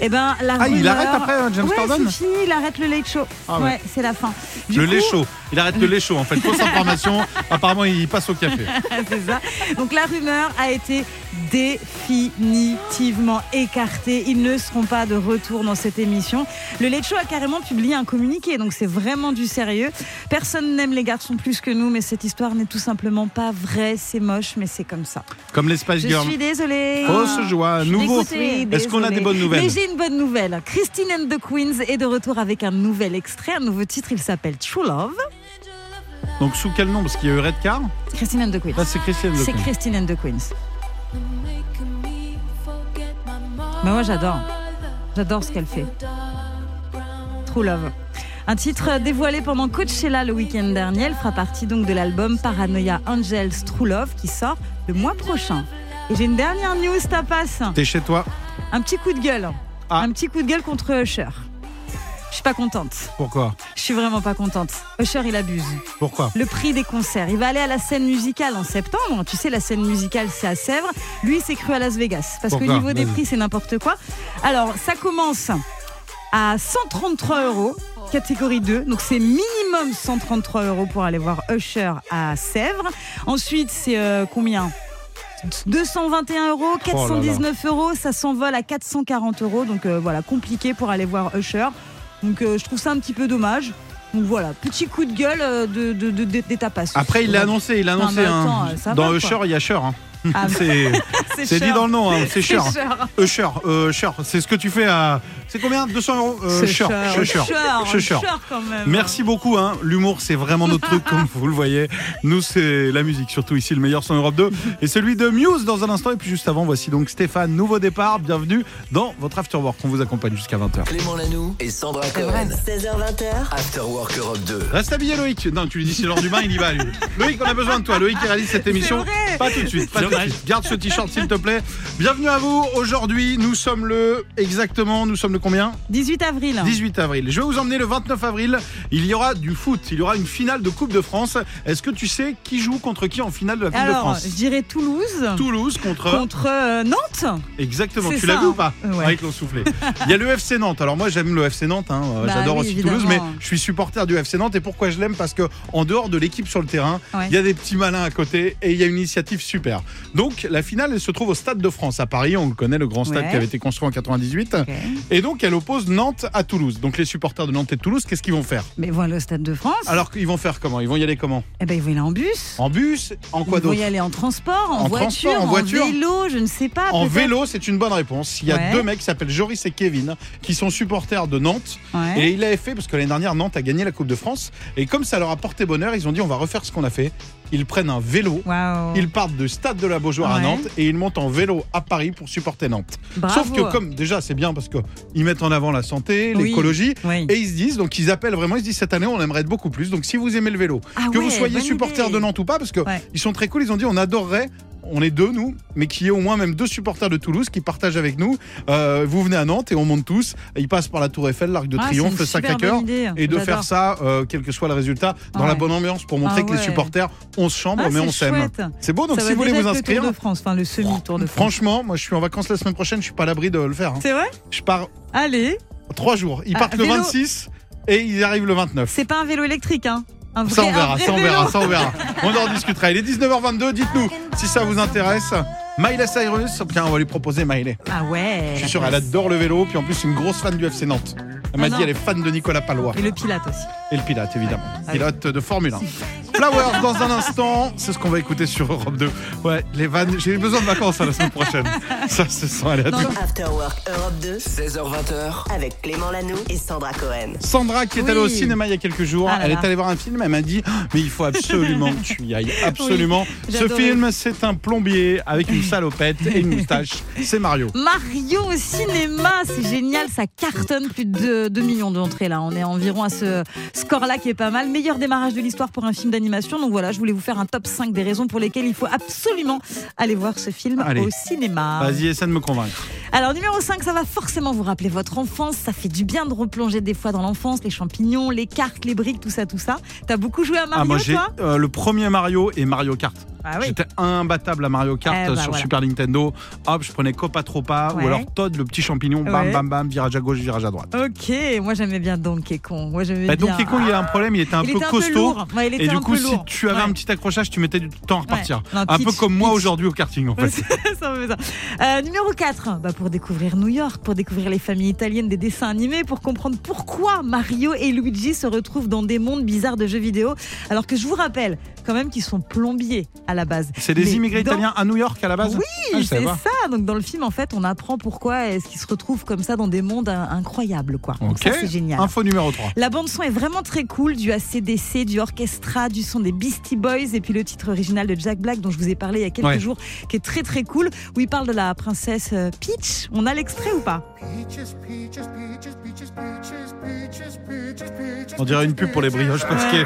Speaker 2: Et ben la
Speaker 1: Ah, il
Speaker 2: rumeur-
Speaker 1: arrête après, hein, James
Speaker 2: Ouais,
Speaker 1: Corden
Speaker 2: c'est fini, il arrête le late show.
Speaker 1: Ah ouais.
Speaker 2: ouais, c'est la fin. Du
Speaker 1: Le
Speaker 2: coup,
Speaker 1: lait chaud. Il arrête le lait chaud en fait. Fausse information. Apparemment, il passe au café.
Speaker 2: c'est ça. Donc la rumeur a été définitivement écartée. Ils ne seront pas de retour dans cette émission. Le Late Show a carrément publié un communiqué, donc c'est vraiment du sérieux. Personne n'aime les garçons plus que nous, mais cette histoire n'est tout simplement pas vraie. C'est moche, mais c'est comme ça.
Speaker 1: Comme l'espace
Speaker 2: Je
Speaker 1: girl.
Speaker 2: suis désolée.
Speaker 1: Fausse Oh, joie. Nouveau.
Speaker 2: Écoutez, oui,
Speaker 1: Est-ce qu'on a
Speaker 2: désolée.
Speaker 1: des bonnes nouvelles
Speaker 2: Mais j'ai une bonne nouvelle. Christine and the Queens est de retour avec un nouvel extrait, un nouveau titre. Il s'appelle True Love.
Speaker 1: Donc sous quel nom Parce qu'il y a eu Red Car.
Speaker 2: Christine and the Queens.
Speaker 1: Là, c'est Christiane
Speaker 2: C'est
Speaker 1: Lecomte.
Speaker 2: Christine and the Queens. Mais moi j'adore. J'adore ce qu'elle fait. True Love. Un titre dévoilé pendant Coachella le week-end dernier. Elle fera partie donc de l'album Paranoia Angels True Love qui sort le mois prochain. Et j'ai une dernière news, Tapas.
Speaker 1: T'es chez toi.
Speaker 2: Un petit coup de gueule.
Speaker 1: Ah.
Speaker 2: Un petit coup de gueule contre Usher. Je suis pas contente.
Speaker 1: Pourquoi
Speaker 2: Je suis vraiment pas contente. Usher, il abuse.
Speaker 1: Pourquoi
Speaker 2: Le prix des concerts. Il va aller à la scène musicale en septembre. Tu sais, la scène musicale, c'est à Sèvres. Lui, il s'est cru à Las Vegas. Parce
Speaker 1: Pourquoi
Speaker 2: que niveau des
Speaker 1: Vas-y.
Speaker 2: prix, c'est n'importe quoi. Alors, ça commence à 133 euros, catégorie 2. Donc, c'est minimum 133 euros pour aller voir Usher à Sèvres. Ensuite, c'est euh, combien 221 euros, 419 euros, ça s'envole à 440 euros. Donc euh, voilà, compliqué pour aller voir Usher. Donc euh, je trouve ça un petit peu dommage. Donc voilà, petit coup de gueule euh, de, de, de- de- des tapas.
Speaker 1: Après, il l'a annoncé. Il l'a
Speaker 2: Non,
Speaker 1: annoncé.
Speaker 2: mais attends,
Speaker 1: hein.
Speaker 2: ça va,
Speaker 1: Dans
Speaker 2: quoi.
Speaker 1: Usher, il y a Usher. hein.
Speaker 2: Ah,
Speaker 1: C'est c'est dit
Speaker 2: cher.
Speaker 1: dans le nom. hein. C'est
Speaker 2: C'est
Speaker 1: Usher.
Speaker 2: cher.
Speaker 1: Usher. euh, Usher. C'est ce que tu fais à. C'est combien 200 euros Euh,
Speaker 2: C'est
Speaker 1: Usher.
Speaker 2: cher.
Speaker 1: Usher.
Speaker 2: Cher,
Speaker 1: Usher.
Speaker 2: cher quand même.
Speaker 1: Merci beaucoup. Hein. L'humour, c'est vraiment notre truc, comme vous le voyez. Nous, c'est la musique, surtout ici, le meilleur son Europe 2. Et celui de Muse dans un instant. Et puis juste avant, voici donc Stéphane, nouveau départ. Bienvenue dans votre After Work. On vous accompagne jusqu'à 20h.
Speaker 6: Clément Lanoux et Sandra Cohen.
Speaker 5: 16h20h,
Speaker 6: Afterwork Europe 2.
Speaker 1: Reste habillé, Loïc. Non, tu lui dis c'est l'heure du bain, il y va. Lui. Loïc, on a besoin de toi. Loïc qui réalise cette émission.
Speaker 2: vrai.
Speaker 1: Pas tout de suite. Pas tout de
Speaker 4: Dommage.
Speaker 1: suite. Garde ce t-shirt, s'il te plaît. Bienvenue à vous. Aujourd'hui, nous sommes le. Exactement, nous sommes le combien
Speaker 2: 18 avril.
Speaker 1: 18 avril. Je vais vous emmener le 29 avril. Il y aura du foot. Il y aura une finale de Coupe de France. Est-ce que tu sais qui joue contre qui en finale de la Coupe de
Speaker 2: Alors,
Speaker 1: France
Speaker 2: je dirais Toulouse
Speaker 1: Toulouse contre.
Speaker 2: contre euh, Nantes.
Speaker 1: Exactement.
Speaker 2: c'est
Speaker 1: Tu l'as
Speaker 2: ça,
Speaker 1: vu ou pas
Speaker 2: hein. Ouais.
Speaker 1: Avec l'on soufflé. Il y a le FC Nantes. Alors moi j'aime le FC Nantes. hein. Euh,
Speaker 2: Bah
Speaker 1: J'adore
Speaker 2: oui,
Speaker 1: aussi
Speaker 2: évidemment.
Speaker 1: Toulouse, mais je suis supporter du FC Nantes. Et pourquoi je l'aime Parce que en dehors de l'équipe sur le terrain,
Speaker 2: Ouais.
Speaker 1: il y a des petits malins à côté et il y a une initiative super. Donc la finale, elle se trouve au Stade de France à Paris. On le connaît, le grand stade
Speaker 2: Ouais.
Speaker 1: qui avait été construit en 98. Et donc elle oppose Nantes à Toulouse. Donc les supporters de Nantes et de Toulouse, qu'est-ce qu'ils vont faire
Speaker 2: Mais voilà au Stade de France.
Speaker 1: alors qu'ils vont faire comment Ils vont y aller comment
Speaker 2: Eh ben, ils vont y aller en bus.
Speaker 1: En bus En quoi
Speaker 2: ils vont
Speaker 1: d'autre
Speaker 2: y aller en transport, en,
Speaker 1: En
Speaker 2: voiture,
Speaker 1: transport, en voiture.
Speaker 2: vélo, je ne sais pas.
Speaker 1: En
Speaker 2: peut-être.
Speaker 1: vélo, c'est une bonne réponse. Il y a
Speaker 2: Ouais.
Speaker 1: deux mecs qui s'appellent Joris et Kevin, qui sont supporters de Nantes.
Speaker 2: Ouais.
Speaker 1: Et il avait fait, parce que l'année dernière, Nantes a gagné la Coupe de France. Et comme ça leur a porté bonheur, ils ont dit on va refaire ce qu'on a fait. Ils prennent un vélo.
Speaker 2: Waouh.
Speaker 1: Ils partent de Stade de la Beaujoire à
Speaker 2: Ouais.
Speaker 1: Nantes et ils montent en vélo à Paris pour supporter Nantes.
Speaker 2: Bravo.
Speaker 1: Sauf que comme déjà c'est bien parce que ils mettent en avant la santé,
Speaker 2: Oui.
Speaker 1: l'écologie
Speaker 2: Oui.
Speaker 1: et ils se disent donc ils appellent vraiment ils se disent cette année on aimerait être beaucoup plus. Donc si vous aimez le vélo,
Speaker 2: Ah
Speaker 1: que
Speaker 2: ouais,
Speaker 1: vous soyez
Speaker 2: bonne
Speaker 1: supporter
Speaker 2: idée.
Speaker 1: de Nantes ou pas parce que
Speaker 2: Ouais.
Speaker 1: ils sont très cool, ils ont dit on adorerait on est deux nous, mais qu'il y ait au moins même deux supporters de Toulouse qui partagent avec nous. Euh, vous venez à Nantes et on monte tous. Ils passent par la Tour Eiffel, l'Arc de
Speaker 2: Ah,
Speaker 1: Triomphe,
Speaker 2: c'est
Speaker 1: le
Speaker 2: une super
Speaker 1: Sacré-Cœur.
Speaker 2: bonne idée.
Speaker 1: Et de
Speaker 2: J'adore.
Speaker 1: faire ça, euh, quel que soit le résultat, dans
Speaker 2: Ouais.
Speaker 1: la bonne ambiance pour montrer
Speaker 2: Ah
Speaker 1: que les
Speaker 2: ouais.
Speaker 1: supporters, on se chambre,
Speaker 2: Ah,
Speaker 1: mais
Speaker 2: c'est
Speaker 1: on s'aime.
Speaker 2: chouette.
Speaker 1: C'est beau, Oh, donc
Speaker 2: Ça
Speaker 1: si
Speaker 2: va
Speaker 1: vous voulez
Speaker 2: déjà
Speaker 1: vous
Speaker 2: être Le
Speaker 1: inscrire,
Speaker 2: Tour de France, enfin le semi-tour de France.
Speaker 1: franchement, moi je suis en vacances la semaine prochaine, je suis pas à l'abri de le faire. hein.
Speaker 2: C'est vrai
Speaker 1: Je pars
Speaker 2: Allez,
Speaker 1: trois jours. Ils
Speaker 2: Ah,
Speaker 1: partent le
Speaker 2: vélo.
Speaker 1: 26 et ils arrivent le 29.
Speaker 2: c'est pas un vélo électrique, hein un vrai,
Speaker 1: Ça on
Speaker 2: un
Speaker 1: verra,
Speaker 2: vrai
Speaker 1: ça on
Speaker 2: vélo.
Speaker 1: verra, ça on verra. On en discutera. Il est 19h22, dites-nous si ça vous intéresse. Miley Cyrus, tiens, on va lui proposer Miley.
Speaker 2: Ah ouais.
Speaker 1: Je suis sûr, elle adore le vélo, puis en plus, une grosse fan du FC Nantes. Elle m'a
Speaker 2: Ah
Speaker 1: dit,
Speaker 2: non. Ah
Speaker 1: elle est fan de Nicolas Palois.
Speaker 2: Et le Pilate aussi.
Speaker 1: Et le pilote, évidemment. Pilote de Formule 1. Flowers, dans un instant, c'est ce qu'on va écouter sur Europe 2. Ouais, les vannes, j'ai besoin de vacances à la semaine prochaine. Ça se sent aller à tout.
Speaker 5: After Work Europe 2,
Speaker 6: 16h20h.
Speaker 5: avec Clément Lanoux et Sandra Cohen.
Speaker 1: Sandra, qui est allée
Speaker 2: Oui.
Speaker 1: au cinéma il y a quelques jours,
Speaker 2: Ah là
Speaker 1: elle
Speaker 2: là.
Speaker 1: est allée voir un film, elle m'a dit oh, Mais il faut absolument que tu y ailles. Absolument. Ce
Speaker 2: j'adorais.
Speaker 1: film, c'est un plombier avec une salopette et une moustache. C'est Mario.
Speaker 2: Mario au cinéma, c'est génial, ça cartonne plus de 2 millions d'entrées là. On est environ à ce score-là qui est pas mal. Meilleur démarrage de l'histoire pour un film d'animation. Donc voilà, je voulais vous faire un top 5 des raisons pour lesquelles il faut absolument aller voir ce film
Speaker 1: Allez.
Speaker 2: au cinéma.
Speaker 1: Vas-y, essaie de me convaincre.
Speaker 2: Alors numéro 5, ça va forcément vous rappeler votre enfance, ça fait du bien de replonger des fois dans l'enfance, les champignons, les cartes, les briques, tout ça, tout ça. T'as beaucoup joué à Mario
Speaker 1: ah, moi, j'ai
Speaker 2: toi
Speaker 1: euh, le premier Mario et Mario Kart.
Speaker 2: Ah oui.
Speaker 1: J'étais imbattable à Mario Kart
Speaker 2: Eh bah
Speaker 1: sur
Speaker 2: voilà.
Speaker 1: Super Nintendo. Hop, je prenais Copa Tropa
Speaker 2: Ouais.
Speaker 1: ou alors Todd, le petit champignon. Bam,
Speaker 2: Ouais.
Speaker 1: bam, bam, virage à gauche, virage à droite.
Speaker 2: Ok, moi j'aimais bien Donkey Kong. Moi j'aimais
Speaker 1: Bah,
Speaker 2: bien.
Speaker 1: Donkey Kong, il a un problème, il était un
Speaker 2: il
Speaker 1: peu
Speaker 2: était un peu
Speaker 1: costaud.
Speaker 2: lourd. Ouais, il était
Speaker 1: Et du
Speaker 2: un
Speaker 1: coup,
Speaker 2: peu
Speaker 1: si
Speaker 2: lourd.
Speaker 1: tu avais
Speaker 2: Ouais.
Speaker 1: un petit accrochage, tu mettais du temps à repartir.
Speaker 2: Non,
Speaker 1: un peu
Speaker 2: pitch,
Speaker 1: comme moi
Speaker 2: pitch.
Speaker 1: aujourd'hui au karting, en fait.
Speaker 2: Ça me fait ça. Euh, numéro 4, bah pour découvrir New York, pour découvrir les familles italiennes des dessins animés, pour comprendre pourquoi Mario et Luigi se retrouvent dans des mondes bizarres de jeux vidéo, alors que je vous rappelle quand même qu'ils sont plombiers à la base.
Speaker 1: C'est des
Speaker 2: Mais
Speaker 1: immigrés
Speaker 2: dans-
Speaker 1: italiens à New York à la base
Speaker 2: Oui,
Speaker 1: Ah, je savais
Speaker 2: c'est
Speaker 1: pas.
Speaker 2: ça. Donc dans le film, en fait, on apprend pourquoi est-ce qu'ils se retrouvent comme ça dans des mondes euh, incroyables, quoi. Donc
Speaker 1: Ok.
Speaker 2: ça, c'est génial.
Speaker 1: Info numéro 3.
Speaker 2: La bande son est vraiment très cool, du ACDC, du orchestra, du son des Beastie Boys et puis le titre original de Jack Black dont je vous ai parlé il y a quelques
Speaker 1: Ouais.
Speaker 2: jours, qui est très très cool, où il parle de la princesse euh, Peach. On a l'extrait ou pas
Speaker 1: On dirait une pub pour les brioches parce que.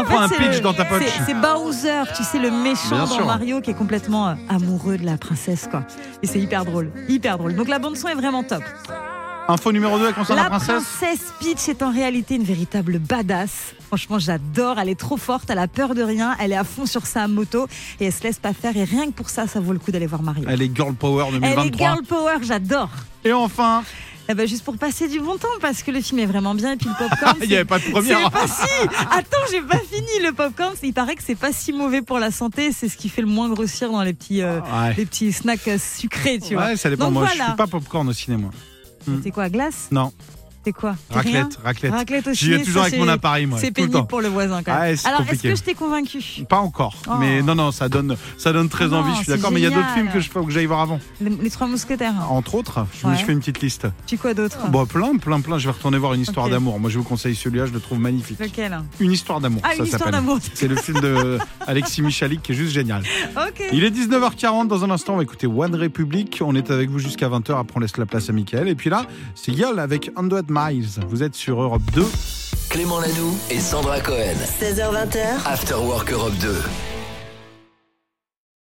Speaker 2: En
Speaker 1: Prends un
Speaker 2: c'est
Speaker 1: pitch
Speaker 2: le-
Speaker 1: dans ta poche.
Speaker 2: c'est- C'est Bowser, tu sais, le méchant
Speaker 1: Bien
Speaker 2: dans
Speaker 1: sûr.
Speaker 2: Mario qui est complètement euh, amoureux de la princesse, quoi. Et c'est hyper drôle, hyper drôle. Donc la bande son est vraiment top.
Speaker 1: Info numéro 2, elle concerne la,
Speaker 2: La
Speaker 1: princesse.
Speaker 2: princesse Peach est en réalité une véritable badass. Franchement, j'adore. Elle est trop forte, elle a peur de rien, elle est à fond sur sa moto et elle se laisse pas faire. Et rien que pour ça, ça vaut le coup d'aller voir Mario.
Speaker 1: Elle est Girl Power
Speaker 2: Elle
Speaker 1: 2023.
Speaker 2: est girl power, j'adore.
Speaker 1: Et enfin,
Speaker 2: Eh ben, juste pour passer du bon temps, parce que le film est vraiment bien et puis le popcorn.
Speaker 1: il n'y avait
Speaker 2: c'est-
Speaker 1: pas de
Speaker 2: c'est
Speaker 1: première.
Speaker 2: pas si Attends, j'ai pas fini le popcorn. Il paraît que c'est pas si mauvais pour la santé. C'est ce qui fait le moins grossir dans les petits, euh,
Speaker 1: Ouais.
Speaker 2: les petits snacks euh, sucrés, tu vois.
Speaker 1: Oh. Ouais, ça dépend.
Speaker 2: Donc
Speaker 1: moi, je
Speaker 2: voilà.
Speaker 1: suis pas popcorn au cinéma.
Speaker 2: T'es quoi, glace
Speaker 1: Non.
Speaker 2: T'es quoi T'es rien
Speaker 1: Raclette, raclette.
Speaker 2: Raclette au
Speaker 1: J'y vais
Speaker 2: ciné,
Speaker 1: toujours
Speaker 2: ça,
Speaker 1: avec mon
Speaker 2: c'est-
Speaker 1: appareil, moi.
Speaker 2: C'est
Speaker 1: tout le
Speaker 2: pénible
Speaker 1: temps.
Speaker 2: pour le voisin quand même.
Speaker 1: Ouais, c'est
Speaker 2: Alors, est-ce
Speaker 1: compliqué.
Speaker 2: que je t'ai convaincu
Speaker 1: Pas encore,
Speaker 2: Oh.
Speaker 1: mais non, non, ça donne, ça donne très
Speaker 2: Non,
Speaker 1: envie, je suis
Speaker 2: c'est
Speaker 1: d'accord, mais il y a d'autres
Speaker 2: génial.
Speaker 1: films que je faut que j'aille voir avant.
Speaker 2: les, les trois mousquetaires. hein.
Speaker 1: Entre autres, je, me-
Speaker 2: Ouais.
Speaker 1: je fais une petite liste.
Speaker 2: Tu quoi d'autre
Speaker 1: Bon, Bah, plein, plein, plein, je vais retourner voir Une histoire
Speaker 2: Hein. Ok.
Speaker 1: d'amour. Moi, je vous conseille celui-là, je le trouve magnifique.
Speaker 2: Lequel
Speaker 1: Une histoire d'amour,
Speaker 2: Ah,
Speaker 1: ça
Speaker 2: une histoire
Speaker 1: s'appelle.
Speaker 2: d'amour.
Speaker 1: C'est le film de Alexis Michalik qui est juste génial.
Speaker 2: Ok.
Speaker 1: Il est 19h40, dans un instant, on va écouter One Republic. On est avec vous jusqu'à 20h, après on laisse la place à Mickaël. Et puis là, c'est Yol avec 100 Miles. Vous êtes sur Europe 2.
Speaker 6: Clément Lanoux et Sandra Cohen.
Speaker 5: 16h20h,
Speaker 6: After Work Europe 2.